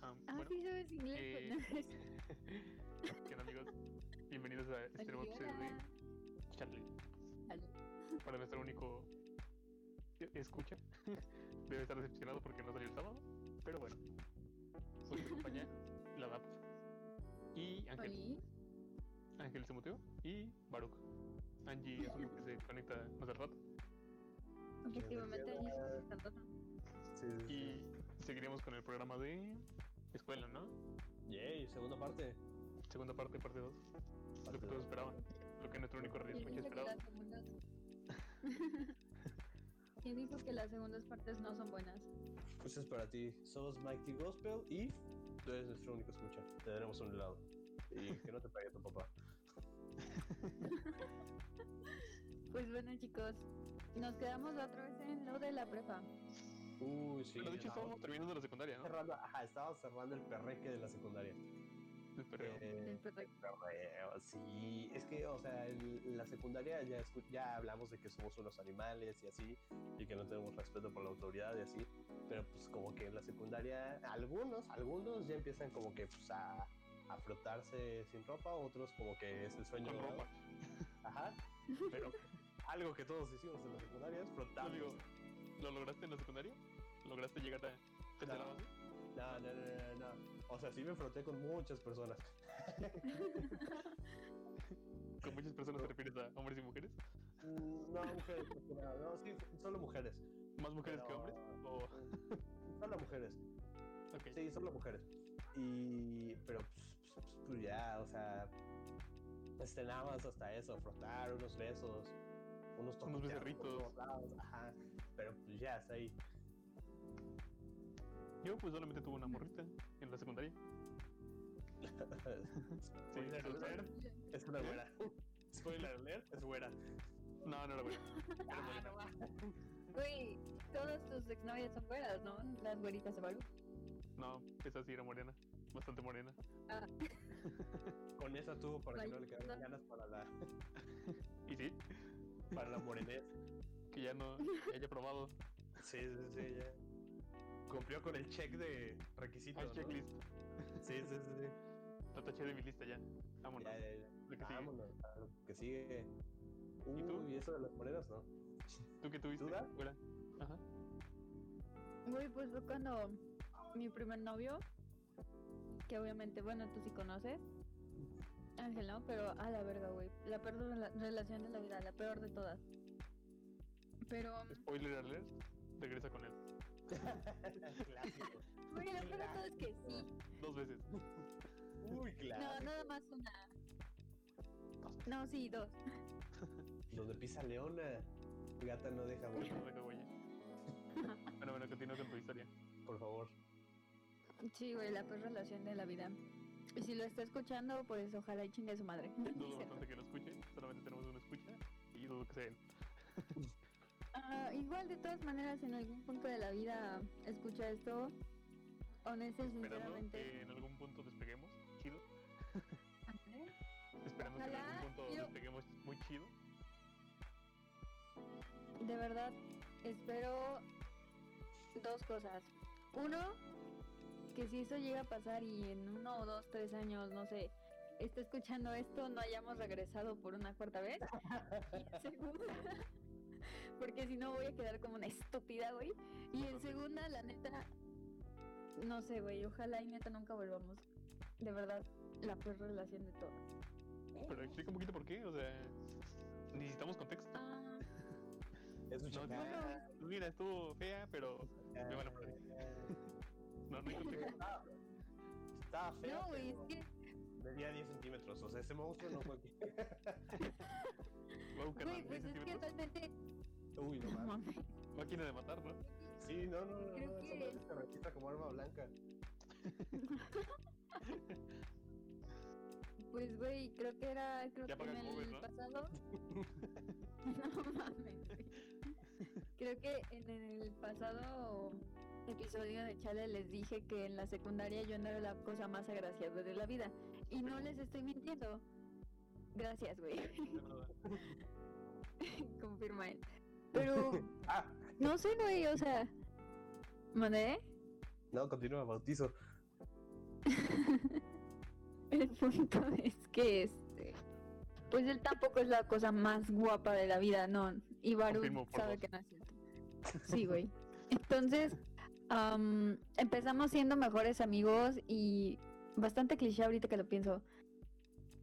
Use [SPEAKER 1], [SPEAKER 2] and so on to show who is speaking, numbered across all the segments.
[SPEAKER 1] Ah,
[SPEAKER 2] Ah, pues,
[SPEAKER 1] Gracias a este nuevo episodio de Charlie. Para nuestro único escucha. Debe estar decepcionado porque no salió el sábado. Pero bueno. Hoy te acompaña la DAP. Y Ángel. Ángel se muteó. Y Baruch. Angie asumo que se conecta más al rato.
[SPEAKER 2] Efectivamente,
[SPEAKER 3] Desde
[SPEAKER 2] ya
[SPEAKER 3] la-
[SPEAKER 2] se antoja.
[SPEAKER 3] Sí, sí, sí.
[SPEAKER 1] Y seguiremos con el programa de escuela, ¿no?
[SPEAKER 4] Yay, segunda parte.
[SPEAKER 1] Segunda parte, parte 2. Lo que todos esperaban. Lo que nuestro único radio
[SPEAKER 2] ¿Quién
[SPEAKER 1] escucha
[SPEAKER 2] dijo que
[SPEAKER 1] esperaba.
[SPEAKER 2] las segundas- ¿Quién dijo que las segundas partes no son buenas?
[SPEAKER 4] Pues es para ti. Somos Mighty Gospel y tú eres nuestro único escucha. Te daremos un helado. Y que no te pague tu papá.
[SPEAKER 2] Pues bueno, chicos, nos quedamos otra vez en lo de la prepa.
[SPEAKER 4] Uy, sí.
[SPEAKER 1] Pero de hecho,
[SPEAKER 4] estábamos
[SPEAKER 1] estábamos terminando la secundaria, ¿no?
[SPEAKER 4] cerrando, ajá, estábamos cerrando el perreque de la secundaria.
[SPEAKER 1] El perreo.
[SPEAKER 4] Eh,
[SPEAKER 2] Del perfecto.
[SPEAKER 4] perreo, sí. Es que, o sea, en la secundaria ya, escu- ya hablamos de que somos unos animales y así, y que no tenemos respeto por la autoridad y así. Pero pues como que en la secundaria, algunos, algunos ya empiezan como que pues a, a frotarse sin ropa, otros como que es el sueño.
[SPEAKER 1] Con
[SPEAKER 4] dorado.
[SPEAKER 1] ropa.
[SPEAKER 4] Ajá. Pero algo que todos hicimos en la secundaria es
[SPEAKER 1] Yo
[SPEAKER 4] frotarnos.
[SPEAKER 1] digo, ¿lo lograste en la secundaria? ¿Lograste llegar a desde la base?
[SPEAKER 4] No, no, no, no, no. O sea, sí me froté con muchas personas.
[SPEAKER 1] Con muchas personas te refieres a hombres y mujeres.
[SPEAKER 4] Mm, No, mujeres, porque no, no, sí, solo mujeres.
[SPEAKER 1] ¿Más mujeres que
[SPEAKER 4] Pero-
[SPEAKER 1] hombres? O...
[SPEAKER 4] Solo mujeres.
[SPEAKER 1] Ok.
[SPEAKER 4] Sí, solo mujeres. Y. Pero, pues, pues, pues, pues, ya, o sea. Este, nada más hasta eso, frotar unos besos, unos toques.
[SPEAKER 1] Unos becerritos.
[SPEAKER 4] por todos lados, Ajá. Pero, pues ya, está ahí.
[SPEAKER 1] Yo pues solamente tuve una morrita en la secundaria. Sí,
[SPEAKER 4] Spoiler
[SPEAKER 1] sí,
[SPEAKER 4] alert, Es una güera. ¿Eh? Spoiler alert, es güera.
[SPEAKER 1] No, no era buena. Era morena.
[SPEAKER 2] Güey, todas tus exnovias son güeras, ¿no? Las güeritas de Baru.
[SPEAKER 1] No, esa sí era morena. Bastante morena.
[SPEAKER 2] Ah,
[SPEAKER 4] Con esa tuvo para que no le
[SPEAKER 2] Vaya.
[SPEAKER 4] quedaran ganas para la,
[SPEAKER 1] Y sí,
[SPEAKER 4] para la morenez.
[SPEAKER 1] que ya no que haya probado.
[SPEAKER 4] Sí, sí, sí, ya. Cumplió con el check de requisitos.
[SPEAKER 1] Al
[SPEAKER 4] ¿no?
[SPEAKER 1] checklist.
[SPEAKER 4] Sí, sí, sí. sí.
[SPEAKER 1] La taché de mi lista ya. Vámonos.
[SPEAKER 4] Ya, ya, ya.
[SPEAKER 1] Lo que sigue.
[SPEAKER 4] Vámonos, a lo que sigue.
[SPEAKER 1] ¿Y tú?
[SPEAKER 4] Uy, eso de las monedas, ¿no?
[SPEAKER 1] ¿Tú qué tuviste?
[SPEAKER 4] ¿Tú, Dan?
[SPEAKER 1] Hola. Ajá.
[SPEAKER 2] Güey, pues fue cuando mi primer novio, que obviamente, bueno, tú sí conoces, Ángel, ¿no? Pero a la verga, güey. La peor rela- relación de la vida, la peor de todas. Pero, um,
[SPEAKER 1] Spoiler alert. Regresa con él.
[SPEAKER 4] Clásico.
[SPEAKER 2] güey, lo peor de todo es que sí.
[SPEAKER 1] Dos veces.
[SPEAKER 4] Uy,
[SPEAKER 2] No,
[SPEAKER 4] claro.
[SPEAKER 2] nada más una. No, sí, dos.
[SPEAKER 4] Donde pisa Leona. Gata no deja
[SPEAKER 1] Uy,
[SPEAKER 4] huella,
[SPEAKER 1] no deja huella. Bueno, bueno, continúa con tu historia.
[SPEAKER 4] por favor.
[SPEAKER 2] Sí, güey, la peor relación de la vida. Y si lo está escuchando, pues ojalá y chingue a su madre.
[SPEAKER 1] Dudo bastante que lo escuche. Solamente tenemos uno escucha. Y dudo que sea él.
[SPEAKER 2] Ah, igual, de todas maneras, en algún punto de la vida escucha esto. Honesta,
[SPEAKER 1] Esperando
[SPEAKER 2] sinceramente.
[SPEAKER 1] que en algún punto despeguemos. Chido.
[SPEAKER 2] Ándale.
[SPEAKER 1] Esperando que en
[SPEAKER 2] Ojalá,
[SPEAKER 1] algún punto
[SPEAKER 2] yo-
[SPEAKER 1] despeguemos muy chido.
[SPEAKER 2] De verdad, espero dos cosas. Uno, que si eso llega a pasar y en uno o dos, tres años, no sé, está escuchando esto, no hayamos regresado por una cuarta vez. Y segunda, porque si no voy a quedar como una estúpida, güey. Y en segunda, la neta, no sé, güey, ojalá y neta nunca volvamos. De verdad, la peor relación de todas.
[SPEAKER 1] Pero explica un poquito por qué. O sea, necesitamos contexto.
[SPEAKER 2] Ah,
[SPEAKER 4] Es un
[SPEAKER 1] No,
[SPEAKER 4] chacal.
[SPEAKER 2] bueno,
[SPEAKER 1] Mira, estuvo fea, pero me vale madre. No, no hay contexto.
[SPEAKER 4] Estaba- Estaba feo.
[SPEAKER 2] no, güey, es
[SPEAKER 4] pero
[SPEAKER 2] que
[SPEAKER 4] Medía 10 centímetros. O sea, ese monstruo no fue.
[SPEAKER 1] Guau, carnal,
[SPEAKER 2] Güey, pues
[SPEAKER 1] ese
[SPEAKER 2] es que
[SPEAKER 1] tipo-
[SPEAKER 2] realmente.
[SPEAKER 4] Uy, no
[SPEAKER 2] No
[SPEAKER 4] mames.
[SPEAKER 2] mames.
[SPEAKER 1] No quiere de matar, ¿no?
[SPEAKER 4] Sí, no, no, no.
[SPEAKER 2] Creo
[SPEAKER 4] no, Esa
[SPEAKER 2] que-
[SPEAKER 4] madre se registra como arma blanca.
[SPEAKER 2] Pues, güey, creo que era. Creo
[SPEAKER 1] Ya
[SPEAKER 2] que en
[SPEAKER 1] pagan
[SPEAKER 2] el
[SPEAKER 1] Uber, ¿no?
[SPEAKER 2] pasado. no mames, güey. Creo que en el pasado episodio de Chale les dije que en la secundaria yo no era la cosa más agraciada de la vida. Y no les estoy mintiendo. Gracias, güey.
[SPEAKER 1] De verdad.
[SPEAKER 2] Confirma él. Pero,
[SPEAKER 4] Ah,
[SPEAKER 2] no sé, güey, o sea. ¿Mandé?
[SPEAKER 4] no, continúa, bautizo.
[SPEAKER 2] El punto es que este. Pues él tampoco es la cosa más guapa de la vida, no. Y Baru
[SPEAKER 1] Confirmo por
[SPEAKER 2] sabe
[SPEAKER 1] dos.
[SPEAKER 2] que no es cierto. Sí, güey. Entonces, am, empezamos siendo mejores amigos y bastante cliché ahorita que lo pienso.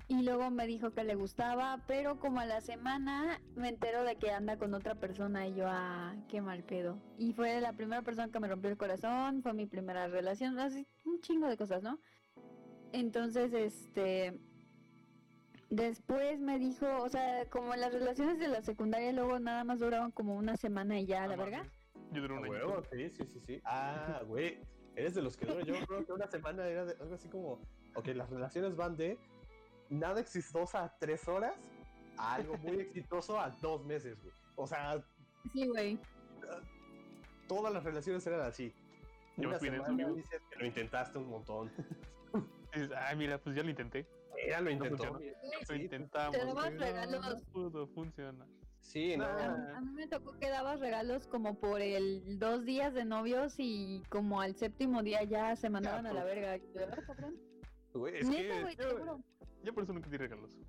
[SPEAKER 2] Y luego me dijo que le gustaba, pero como a la semana me entero de que anda con otra persona y yo, ah, qué mal pedo. Y fue la primera persona que me rompió el corazón, fue mi primera relación, así un chingo de cosas, ¿no? Entonces, este, Después me dijo, o sea, como las relaciones de la secundaria luego nada más duraban como una semana y ya,
[SPEAKER 1] Ah,
[SPEAKER 2] la
[SPEAKER 1] mames.
[SPEAKER 2] verga.
[SPEAKER 1] Yo duré
[SPEAKER 4] A
[SPEAKER 1] un año.
[SPEAKER 4] Ah, huevo, sí, sí, sí, sí. Ah, güey. Eres de los que no. Yo creo que una semana era de- algo así como. Ok, las relaciones van de nada exitosa a tres horas a algo muy exitoso a dos meses, güey. O sea,
[SPEAKER 2] Sí, güey.
[SPEAKER 4] todas las relaciones eran así.
[SPEAKER 1] Ya
[SPEAKER 4] Una
[SPEAKER 1] me cuidé de eso,
[SPEAKER 4] semana
[SPEAKER 1] amigo.
[SPEAKER 4] dices que lo intentaste un montón.
[SPEAKER 1] Dices, ah, mira, pues ya lo intenté.
[SPEAKER 4] Era lo intentó.
[SPEAKER 1] funcionó.
[SPEAKER 4] Sí,
[SPEAKER 1] Lo intentamos.
[SPEAKER 2] Te daban
[SPEAKER 1] pero no,
[SPEAKER 2] regalos.
[SPEAKER 1] No pudo funcionar.
[SPEAKER 4] Sí, no.
[SPEAKER 2] A, a mí me tocó que dabas regalos como por el dos días de novios y como al séptimo día ya se mandaban a la
[SPEAKER 4] pues.
[SPEAKER 2] verga. Y yo, "Ah, cabrón".
[SPEAKER 4] Güey, es
[SPEAKER 2] Neta,
[SPEAKER 4] que-
[SPEAKER 2] güey, te
[SPEAKER 1] yo-
[SPEAKER 2] juro.
[SPEAKER 1] Ya por eso nunca di regalos.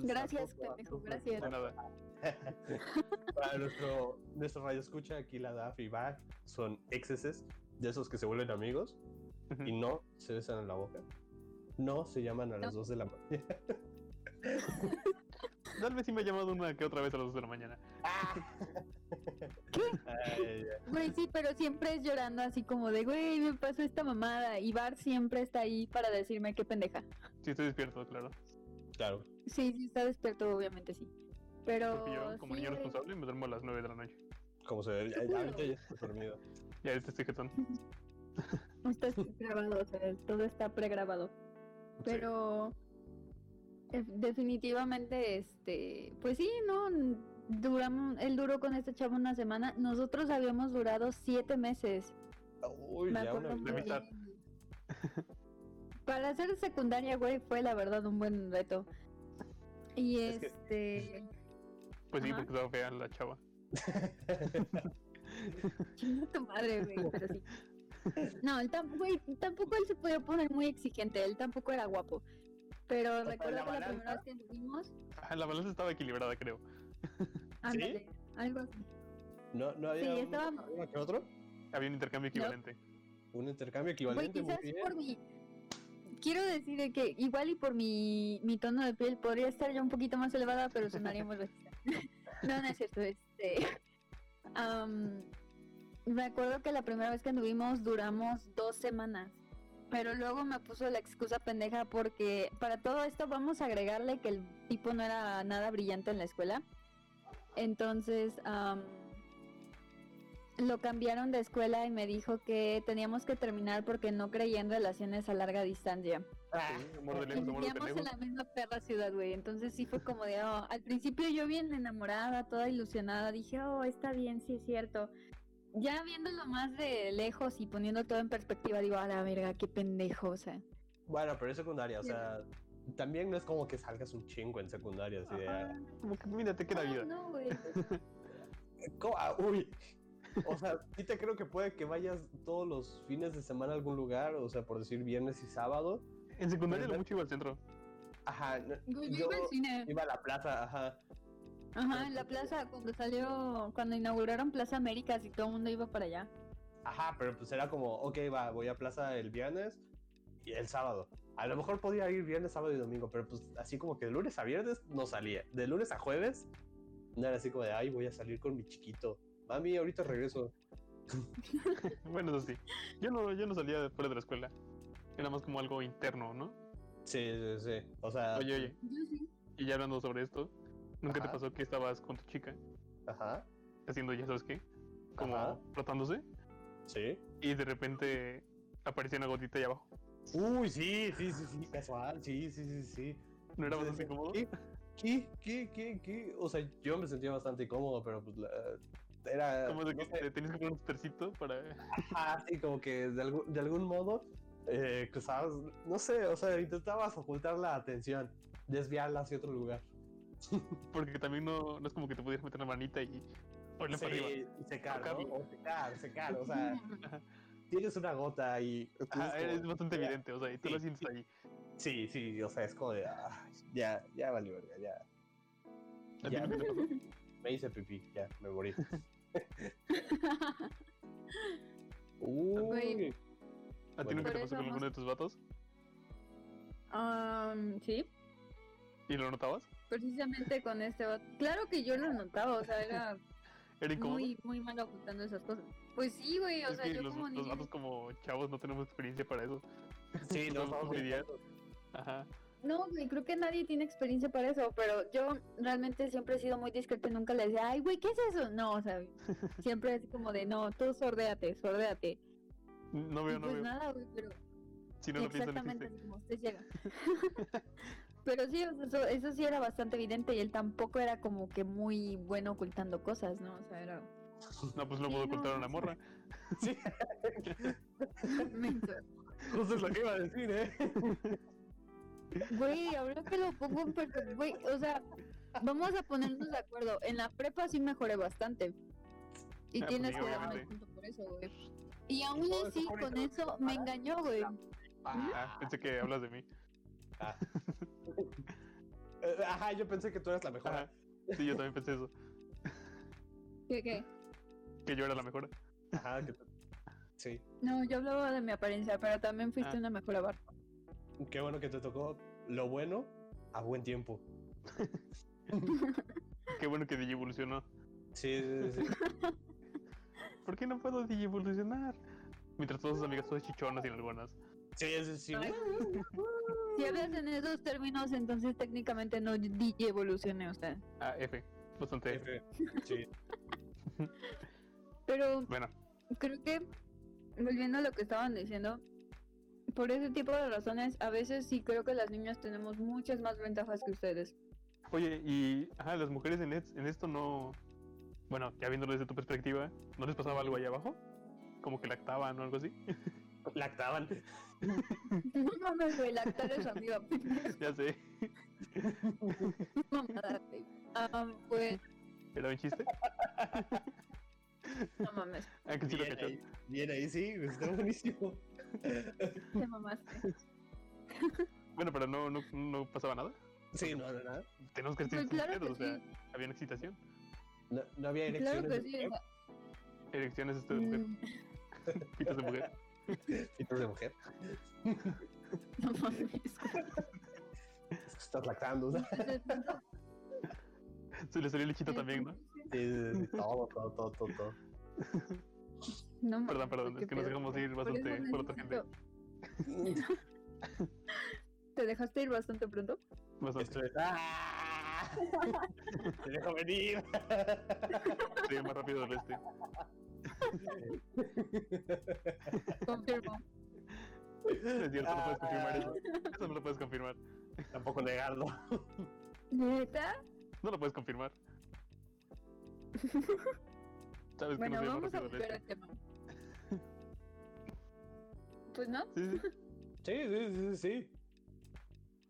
[SPEAKER 2] Gracias, pendejo, gracias.
[SPEAKER 1] De nada.
[SPEAKER 4] Para nuestro, nuestro radio escucha, aquí la DAF y Bag son exes de esos que se vuelven amigos y no se besan en la boca. No se llaman a las
[SPEAKER 2] No.
[SPEAKER 4] 2 de la mañana.
[SPEAKER 1] Tal vez sí me ha llamado una que otra vez a las 2 de la mañana.
[SPEAKER 4] Ay, ya.
[SPEAKER 2] Güey, sí, pero siempre es llorando así como de, güey, me pasó esta mamada. Y Bar siempre está ahí para decirme qué pendeja.
[SPEAKER 1] Sí, estoy despierto, claro.
[SPEAKER 4] claro.
[SPEAKER 2] Sí, sí, está despierto, obviamente sí. Pero.
[SPEAKER 1] Porque yo, como
[SPEAKER 2] Oh, sí,
[SPEAKER 1] niño
[SPEAKER 2] güey.
[SPEAKER 1] responsable, me duermo a las 9 de la noche.
[SPEAKER 4] Como se ve, ya, ya,
[SPEAKER 2] Seguro.
[SPEAKER 4] ahorita ya estoy dormido.
[SPEAKER 1] Ya este estoy jetón.
[SPEAKER 2] No está grabado, o sea, todo está pregrabado. Pero def- definitivamente, este, pues sí, no, N- duramos, él duró con este chavo una semana. Nosotros habíamos durado siete meses.
[SPEAKER 4] Uy,
[SPEAKER 2] Me
[SPEAKER 4] ya
[SPEAKER 2] acuerdo
[SPEAKER 4] una
[SPEAKER 2] muy
[SPEAKER 1] La mitad.
[SPEAKER 2] bien. Para hacer secundaria, güey, fue la verdad un buen reto. Y
[SPEAKER 4] Es que-
[SPEAKER 2] este,
[SPEAKER 1] Pues sí,
[SPEAKER 2] Ajá.
[SPEAKER 1] porque estaba fea la chava.
[SPEAKER 2] chinga tu madre, güey, pero sí. No, él tampoco, güey, tampoco él se podía poner muy exigente, él tampoco era guapo. Pero
[SPEAKER 4] sea,
[SPEAKER 2] recuerdo
[SPEAKER 4] la
[SPEAKER 2] que la primera
[SPEAKER 4] balanza.
[SPEAKER 2] vez que nos vimos,
[SPEAKER 1] Ah, la balanza estaba equilibrada, creo.
[SPEAKER 2] ándale, algo así.
[SPEAKER 4] No, no había
[SPEAKER 2] Sí,
[SPEAKER 4] uno-
[SPEAKER 2] estábamos-
[SPEAKER 4] uno que otro.
[SPEAKER 1] Había un intercambio equivalente.
[SPEAKER 4] Un intercambio
[SPEAKER 2] Güey,
[SPEAKER 4] equivalente. muy
[SPEAKER 2] quizás
[SPEAKER 4] bien.
[SPEAKER 2] por mi. Quiero decir de que igual y por mi, mi tono de piel podría estar ya un poquito más elevada, pero sonaría muy racista. no, no es cierto. Este, am, me acuerdo que la primera vez que anduvimos duramos dos semanas, pero luego me puso la excusa pendeja porque para todo esto vamos a agregarle que el tipo no era nada brillante en la escuela. Entonces, am, lo cambiaron de escuela y me dijo que teníamos que terminar porque no creía en relaciones a larga distancia.
[SPEAKER 4] Ah,
[SPEAKER 1] Sí, amor de
[SPEAKER 2] Y
[SPEAKER 1] lejos, amor de
[SPEAKER 2] vivíamos en
[SPEAKER 1] pendejos.
[SPEAKER 2] la misma perra ciudad, güey. Entonces sí fue como de, oh, al principio yo bien enamorada, toda ilusionada, dije, oh, está bien, sí es cierto. Ya viéndolo más de lejos y poniendo todo en perspectiva, digo, a la verga, qué pendejo, o sea.
[SPEAKER 4] Bueno, pero es secundaria, o sea, también no es como que salgas un chingo en secundaria. Así de,
[SPEAKER 1] Ajá, Como que mira, te queda
[SPEAKER 2] "Ah,
[SPEAKER 1] vida.
[SPEAKER 2] No, güey.
[SPEAKER 4] Co- ah, Uy. O sea, sí te creo que puede que vayas todos los fines de semana a algún lugar, o sea, por decir viernes y sábado.
[SPEAKER 1] En secundaria
[SPEAKER 4] Pero-
[SPEAKER 1] lo mucho iba al centro.
[SPEAKER 4] Ajá, no-
[SPEAKER 2] Güey,
[SPEAKER 4] Yo-
[SPEAKER 2] Yo iba al cine.
[SPEAKER 4] iba a la plaza, ajá.
[SPEAKER 2] Ajá, en la plaza, cuando salió, cuando inauguraron Plaza Américas y todo el mundo iba para allá.
[SPEAKER 4] Ajá, pero pues era como, ok, va, voy a plaza el viernes y el sábado. A lo mejor podía ir viernes, sábado y domingo, pero pues así como que de lunes a viernes no salía. De lunes a jueves, no era así como de, ay, voy a salir con mi chiquito. Mami, ahorita regreso.
[SPEAKER 1] Bueno, eso sí. Yo no, yo no salía de fuera de la escuela. Era más como algo interno, ¿no?
[SPEAKER 4] Sí, sí, Ah, sí. O sea,
[SPEAKER 1] Oye, oye.
[SPEAKER 2] Yo sí.
[SPEAKER 1] Y ya hablando sobre esto, ¿nunca
[SPEAKER 4] Ajá.
[SPEAKER 1] te pasó que estabas con tu chica
[SPEAKER 4] ajá,
[SPEAKER 1] haciendo ya sabes qué? Como
[SPEAKER 4] Ajá.
[SPEAKER 1] frotándose
[SPEAKER 4] sí.
[SPEAKER 1] y de repente aparecía una gotita ahí abajo.
[SPEAKER 4] Uy, sí, sí, sí, sí, casual, sí, sí, sí, sí.
[SPEAKER 1] ¿No era
[SPEAKER 4] Sí,
[SPEAKER 1] bastante
[SPEAKER 4] sí.
[SPEAKER 1] incómodo?
[SPEAKER 4] ¿Qué? ¿Qué? ¿Qué? ¿Qué? ¿Qué? O sea, yo me sentía bastante incómodo, pero pues la- era...
[SPEAKER 1] Como de
[SPEAKER 4] no
[SPEAKER 1] que
[SPEAKER 4] sé,
[SPEAKER 1] te tenías que poner un tercito para...
[SPEAKER 4] ajá, Ah, sí, como que de algún, de algún modo eh, cruzabas, no sé, o sea, intentabas ocultar la atención, desviarla hacia otro lugar.
[SPEAKER 1] Porque también no, no es como que te pudieras meter la manita y ponerle para arriba.
[SPEAKER 4] Sí, y secar,
[SPEAKER 1] Tocarlo.
[SPEAKER 4] ¿no? O secar, secar, o sea, tienes una gota y...
[SPEAKER 1] Ajá,
[SPEAKER 4] tienes
[SPEAKER 1] es
[SPEAKER 4] como-
[SPEAKER 1] bastante evidente, o sea, y tú
[SPEAKER 4] Sí,
[SPEAKER 1] lo sientes ahí.
[SPEAKER 4] Sí, sí, o sea, es como de. "Ah, ya, ya valió, verga, ya.
[SPEAKER 1] ¿A ti
[SPEAKER 4] Ya.
[SPEAKER 1] nunca te pasó?
[SPEAKER 4] Me hice pipí, ya, me morí. Uy,
[SPEAKER 1] ¿A ti
[SPEAKER 4] Bueno.
[SPEAKER 1] nunca te
[SPEAKER 2] Por
[SPEAKER 1] pasó
[SPEAKER 2] eso
[SPEAKER 1] con
[SPEAKER 2] no-
[SPEAKER 1] alguno de tus vatos?
[SPEAKER 2] Am, Um, sí,
[SPEAKER 1] ¿Y lo notabas?
[SPEAKER 2] precisamente con este vato. Claro que yo lo notaba, o sea, era
[SPEAKER 1] ¿Era incómodo?
[SPEAKER 2] muy, muy mal ocultando esas cosas. Pues sí, güey, o
[SPEAKER 1] Es
[SPEAKER 2] sea,
[SPEAKER 1] que
[SPEAKER 2] yo
[SPEAKER 1] los,
[SPEAKER 2] como
[SPEAKER 1] los
[SPEAKER 2] niña-
[SPEAKER 1] vatos como chavos no tenemos experiencia para eso.
[SPEAKER 4] sí, no,
[SPEAKER 1] Nos vamos
[SPEAKER 4] vamos
[SPEAKER 1] lidiar. Ajá.
[SPEAKER 2] No, güey, creo que nadie tiene experiencia para eso, pero yo realmente siempre he sido muy discreta y nunca le decía, ay, güey, ¿qué es eso? No, o sea, siempre es como de, no, tú sordéate, sordéate.
[SPEAKER 1] No
[SPEAKER 2] Y
[SPEAKER 1] veo, no
[SPEAKER 2] pues
[SPEAKER 1] veo.
[SPEAKER 2] nada, güey, pero
[SPEAKER 1] Si no lo piensan,
[SPEAKER 2] exactamente,
[SPEAKER 1] existe.
[SPEAKER 2] así como usted llega. pero sí, o sea, eso, eso sí era bastante evidente y él tampoco era como que muy bueno ocultando cosas, ¿no? O sea, era...
[SPEAKER 1] No, pues no
[SPEAKER 2] Sí,
[SPEAKER 1] puedo
[SPEAKER 2] no,
[SPEAKER 1] ocultar a
[SPEAKER 2] no
[SPEAKER 1] una
[SPEAKER 2] sé.
[SPEAKER 1] morra.
[SPEAKER 4] Sí,
[SPEAKER 2] menso.
[SPEAKER 4] justo es lo que iba a decir, ¿eh?
[SPEAKER 2] Güey, ahora que lo pongo en perspectiva, güey, o sea, vamos a ponernos de acuerdo. En la prepa sí mejoré bastante. Y
[SPEAKER 1] Ah, pues
[SPEAKER 2] tienes
[SPEAKER 1] sí,
[SPEAKER 2] que darme
[SPEAKER 1] obviamente.
[SPEAKER 2] el punto por eso, güey. Y aún
[SPEAKER 4] todo eso
[SPEAKER 2] así,
[SPEAKER 4] por
[SPEAKER 2] con
[SPEAKER 4] internet,
[SPEAKER 2] eso me
[SPEAKER 4] ¿verdad?
[SPEAKER 2] engañó, güey.
[SPEAKER 1] Ah, pensé que hablas de mí.
[SPEAKER 4] Eh, Ajá, yo pensé que tú eras la mejor.
[SPEAKER 1] Ajá. Sí, yo también pensé eso.
[SPEAKER 2] ¿Qué, qué?
[SPEAKER 1] Que yo era la mejor.
[SPEAKER 4] Ajá, que tú- Sí.
[SPEAKER 2] No, yo hablaba de mi apariencia, pero también fuiste
[SPEAKER 1] Ah.
[SPEAKER 2] una mejor barra.
[SPEAKER 4] Qué bueno que te tocó lo bueno a buen tiempo.
[SPEAKER 1] Qué bueno que digievolucionó.
[SPEAKER 4] Sí, sí, sí.
[SPEAKER 1] ¿Por qué no puedo digievolucionar? Mientras todas sus amigas son chichonas y algunas.
[SPEAKER 4] Sí, sí, sí.
[SPEAKER 2] Ay. Si hablas en esos términos, entonces técnicamente no DJ evolucioné, o sea.
[SPEAKER 1] Ah, F. Bastante F.
[SPEAKER 4] F. Sí.
[SPEAKER 2] Pero
[SPEAKER 1] Bueno,
[SPEAKER 2] creo que, volviendo a lo que estaban diciendo, por ese tipo de razones, a veces sí creo que las niñas tenemos muchas más ventajas que ustedes.
[SPEAKER 1] oye, y ajá, las mujeres en, es- en esto no. Bueno, ya viéndolo desde tu perspectiva, ¿no les pasaba algo ahí abajo? Como que lactaban o algo así.
[SPEAKER 4] Lactaban.
[SPEAKER 2] No mames, güey, lactar es amiga.
[SPEAKER 1] ya sé,
[SPEAKER 2] Mamada, güey. Ah, pues,
[SPEAKER 1] era un chiste.
[SPEAKER 2] no mames,
[SPEAKER 1] Ah, que sí lo
[SPEAKER 4] Bien
[SPEAKER 1] cachó.
[SPEAKER 4] ahí, bien ahí, sí. Está buenísimo.
[SPEAKER 2] te mamaste.
[SPEAKER 1] Bueno, pero no, no, no pasaba nada.
[SPEAKER 4] Sí, no, no, no.
[SPEAKER 1] Tenemos que ser
[SPEAKER 2] Pues claro
[SPEAKER 1] sinceros,
[SPEAKER 2] que
[SPEAKER 1] o sea,
[SPEAKER 2] sí,
[SPEAKER 1] había una excitación.
[SPEAKER 4] No, no había
[SPEAKER 2] claro pues,
[SPEAKER 4] erecciones.
[SPEAKER 2] que sí. o sea,
[SPEAKER 1] Erecciones este de mujer,
[SPEAKER 2] mm,
[SPEAKER 1] pitos de mujer.
[SPEAKER 4] Pitos de mujer.
[SPEAKER 2] No mames.
[SPEAKER 4] Es que estás lactando. ¿no?
[SPEAKER 1] Se le salió el hechito también, ¿no?
[SPEAKER 4] Sí, sí, sí, Todo, todo, todo, todo, todo.
[SPEAKER 2] No mames,
[SPEAKER 1] Perdón, perdón,
[SPEAKER 2] güey,
[SPEAKER 1] es
[SPEAKER 2] qué
[SPEAKER 1] que nos
[SPEAKER 2] pedo.
[SPEAKER 1] dejamos ir
[SPEAKER 2] Por eso
[SPEAKER 1] bastante por otra gente.
[SPEAKER 2] necesito- ¿Te dejaste ir bastante pronto?
[SPEAKER 1] Bastante.
[SPEAKER 4] Esto es. ¡Ah! Te dejo venir.
[SPEAKER 1] Sí, más rápido del este.
[SPEAKER 2] Confirmo.
[SPEAKER 1] Es cierto, no puedes confirmar
[SPEAKER 4] Ah.
[SPEAKER 1] eso. Eso no lo puedes confirmar.
[SPEAKER 4] Tampoco negarlo.
[SPEAKER 2] ¿Neta?
[SPEAKER 1] No lo puedes confirmar. Sabes que
[SPEAKER 2] Bueno,
[SPEAKER 1] no se llama
[SPEAKER 2] vamos a
[SPEAKER 1] rápido del
[SPEAKER 2] volver
[SPEAKER 1] este.
[SPEAKER 2] al tema. Pues no,
[SPEAKER 1] Sí, sí.
[SPEAKER 4] Sí, sí, sí, sí.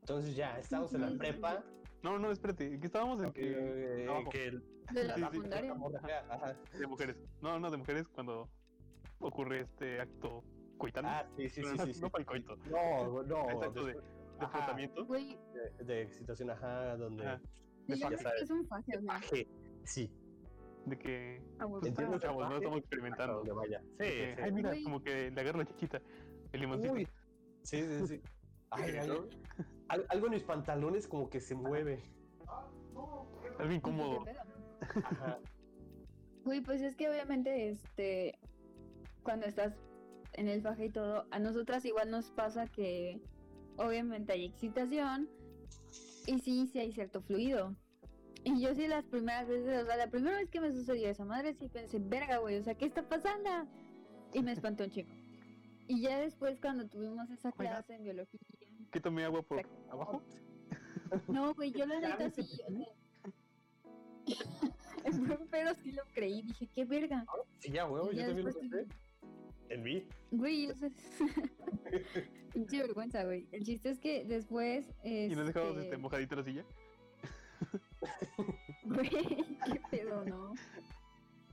[SPEAKER 4] Entonces ya, estamos en la prepa.
[SPEAKER 1] No, no, espérate. ¿Qué estábamos en que
[SPEAKER 4] eh,
[SPEAKER 1] abajo.
[SPEAKER 4] que
[SPEAKER 2] de la
[SPEAKER 1] Sí, sí,
[SPEAKER 2] secundaria.
[SPEAKER 4] morra fea, ajá.
[SPEAKER 1] de mujeres. No, no, de mujeres cuando ocurre este acto coitante.
[SPEAKER 4] Ah, sí, sí,
[SPEAKER 1] Pero
[SPEAKER 4] sí,
[SPEAKER 1] no,
[SPEAKER 4] sí, sí.
[SPEAKER 1] no para el coito.
[SPEAKER 4] No, no.
[SPEAKER 1] Es Este acto de, de
[SPEAKER 4] ajá,
[SPEAKER 1] frotamiento.
[SPEAKER 2] Güey,
[SPEAKER 4] de- de excitación, ajá, donde.
[SPEAKER 1] Ajá. De
[SPEAKER 2] yo creo
[SPEAKER 1] faje.
[SPEAKER 2] que es un faje, güey.
[SPEAKER 4] Aje. Sí.
[SPEAKER 1] De que.
[SPEAKER 2] A huevo.
[SPEAKER 1] Pues
[SPEAKER 4] Entiendo
[SPEAKER 1] estamos
[SPEAKER 4] que
[SPEAKER 1] chavos, no
[SPEAKER 4] faje-
[SPEAKER 1] estamos
[SPEAKER 4] a
[SPEAKER 1] experimentando.
[SPEAKER 4] Donde vaya. Sí,
[SPEAKER 1] De que, Ay,
[SPEAKER 4] sí.
[SPEAKER 1] mira,
[SPEAKER 2] Güey.
[SPEAKER 1] como que le agarra la chichita. El limoncito.
[SPEAKER 4] Uy. Sí, sí, sí. Ay, algo, al- algo en mis pantalones como que se mueve.
[SPEAKER 1] Algo incómodo.
[SPEAKER 2] ¿Qué pedo?
[SPEAKER 4] Ajá.
[SPEAKER 2] Güey, pues es que obviamente, este, cuando estás en el faje y todo, a nosotras igual nos pasa que obviamente hay excitación y sí, sí hay cierto fluido. Y yo sí las primeras veces, o sea, la primera vez que me sucedió esa madre sí pensé, verga, güey, o sea, ¿qué está pasando? Y me espantó un chico. Y ya después cuando tuvimos esa
[SPEAKER 1] Oiga.
[SPEAKER 2] clase en biología,
[SPEAKER 1] ¿Qué tomé agua por abajo?
[SPEAKER 2] no, güey, yo la
[SPEAKER 4] Ya
[SPEAKER 2] neta
[SPEAKER 4] me
[SPEAKER 2] sí, o sea, pero sí lo creí, dije, qué verga.
[SPEAKER 4] Sí, ya, huevo,
[SPEAKER 2] Y
[SPEAKER 4] yo
[SPEAKER 2] ya
[SPEAKER 4] también lo
[SPEAKER 2] después
[SPEAKER 4] pensé. En mí.
[SPEAKER 2] Güey, o sea, pinche vergüenza, güey. El chiste es que después.
[SPEAKER 1] Y nos dejamos
[SPEAKER 2] este,
[SPEAKER 1] este, mojadita la silla.
[SPEAKER 2] Güey, qué pedo, ¿no?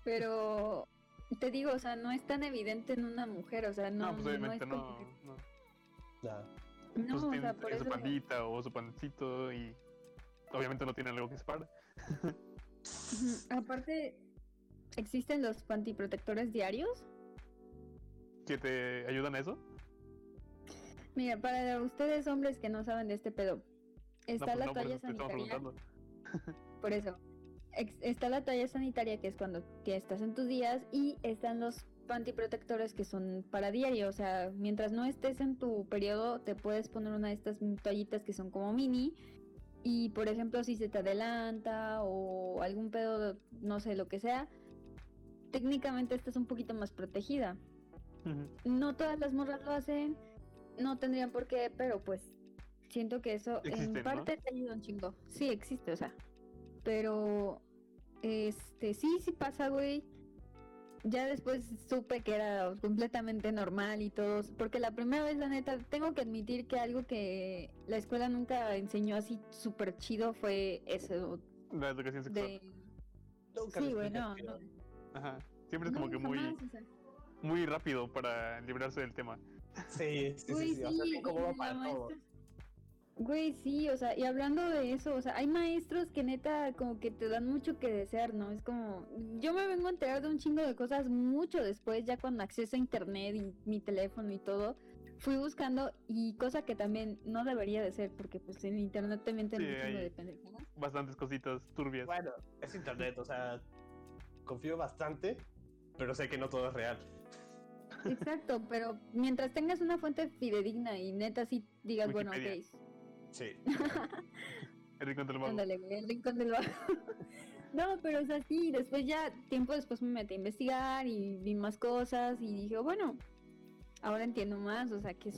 [SPEAKER 2] Pero te digo, o sea, no es tan evidente en una mujer, o sea, no.
[SPEAKER 1] No, pues
[SPEAKER 2] no
[SPEAKER 1] obviamente
[SPEAKER 2] es como
[SPEAKER 1] no.
[SPEAKER 2] que-
[SPEAKER 1] no.
[SPEAKER 4] Nada.
[SPEAKER 2] No,
[SPEAKER 1] Entonces
[SPEAKER 2] o
[SPEAKER 1] tienen
[SPEAKER 2] sea, por
[SPEAKER 1] pues, su
[SPEAKER 2] eso.
[SPEAKER 1] pandita o su pancito y obviamente no tienen algo que separ.
[SPEAKER 2] Ujú, Aparte, ¿existen los pantiprotectores diarios?
[SPEAKER 1] ¿Que te ayudan a eso?
[SPEAKER 2] Mira, para ustedes hombres que no saben de este pedo, está
[SPEAKER 1] pues
[SPEAKER 2] la
[SPEAKER 1] por
[SPEAKER 2] toalla
[SPEAKER 1] eso te estamos
[SPEAKER 2] sanitaria,
[SPEAKER 1] preguntando.
[SPEAKER 2] por eso. Ex- está la toalla sanitaria que es cuando que estás en tus días y están los pantiprotectores que son para diario, o sea, mientras no estés en tu periodo te puedes poner una de estas toallitas que son como mini y por ejemplo si se te adelanta o algún pedo, no sé, lo que sea, técnicamente estás un poquito más protegida.
[SPEAKER 1] Ujú.
[SPEAKER 2] no todas las morras lo hacen, no tendrían por qué, pero pues siento que eso
[SPEAKER 1] Existe,
[SPEAKER 2] en
[SPEAKER 1] ¿no?
[SPEAKER 2] parte te ayuda un chingo. Sí, existe, o sea. Pero este sí, sí pasa, güey. Ya después supe que era completamente normal y todo, porque la primera vez, la neta, tengo que admitir que algo que la escuela nunca enseñó así súper chido fue eso
[SPEAKER 1] La educación sexual.
[SPEAKER 2] de...
[SPEAKER 4] Nunca
[SPEAKER 2] Sí,
[SPEAKER 4] les
[SPEAKER 2] güey, no,
[SPEAKER 4] explican
[SPEAKER 2] no.
[SPEAKER 4] que-
[SPEAKER 1] Ajá. Siempre es como
[SPEAKER 2] No,
[SPEAKER 1] que muy,
[SPEAKER 2] jamás, o sea.
[SPEAKER 1] muy rápido para librarse del tema.
[SPEAKER 4] Sí, sí,
[SPEAKER 2] Güey,
[SPEAKER 4] sí, sí, o sea, es
[SPEAKER 2] sí,
[SPEAKER 4] incómodo
[SPEAKER 2] y
[SPEAKER 4] para
[SPEAKER 2] la
[SPEAKER 4] todos.
[SPEAKER 2] maestra- Güey, sí, o sea, y hablando de eso, o sea, hay maestros que neta como que te dan mucho que desear, ¿no? Es como, yo me vengo a enterar de un chingo de cosas mucho después, ya con acceso a internet y mi teléfono y todo, fui buscando y cosa que también no debería de ser, porque pues en internet te mienten
[SPEAKER 1] Sí,
[SPEAKER 2] un chingo
[SPEAKER 1] hay-
[SPEAKER 2] de pendejadas.
[SPEAKER 1] Bastantes cositas
[SPEAKER 2] este
[SPEAKER 1] turbias.
[SPEAKER 4] Bueno, es internet, o sea, confío bastante, pero sé que no todo es real.
[SPEAKER 2] Exacto, pero mientras tengas una fuente fidedigna y neta sí digas, bueno,
[SPEAKER 1] Wikipedia.
[SPEAKER 2] ok,
[SPEAKER 4] Sí.
[SPEAKER 1] El rincón del mago.
[SPEAKER 2] Ándale, güey, el rincón del vago. No, pero o sea, sí, después ya, tiempo después me metí a investigar y vi más cosas y dije, bueno, ahora entiendo más, o sea, qué
[SPEAKER 1] Ahora ya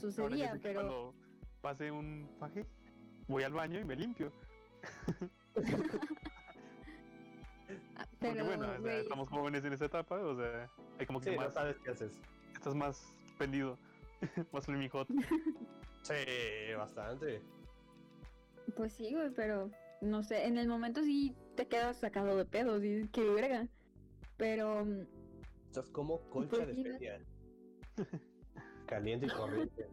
[SPEAKER 1] sé
[SPEAKER 2] sucedía,
[SPEAKER 1] que
[SPEAKER 2] pero
[SPEAKER 1] cuando pase un faje, voy al baño y me limpio.
[SPEAKER 2] ah,
[SPEAKER 1] Porque
[SPEAKER 2] pero,
[SPEAKER 1] bueno, o sea,
[SPEAKER 2] güey,
[SPEAKER 1] estamos jóvenes en esa etapa, o sea, hay como que
[SPEAKER 4] Sí, no
[SPEAKER 1] más,
[SPEAKER 4] sabes qué haces.
[SPEAKER 1] estás más pendido, más flamijot.
[SPEAKER 4] Sí, bastante.
[SPEAKER 2] pues sí, güey, pero no sé, en el momento sí te quedas sacado de pedos y qué verga. Pero mm,
[SPEAKER 4] Estás como colcha
[SPEAKER 2] Pues
[SPEAKER 4] de
[SPEAKER 2] sí, ¿no?
[SPEAKER 4] feria. Caliente y corriente.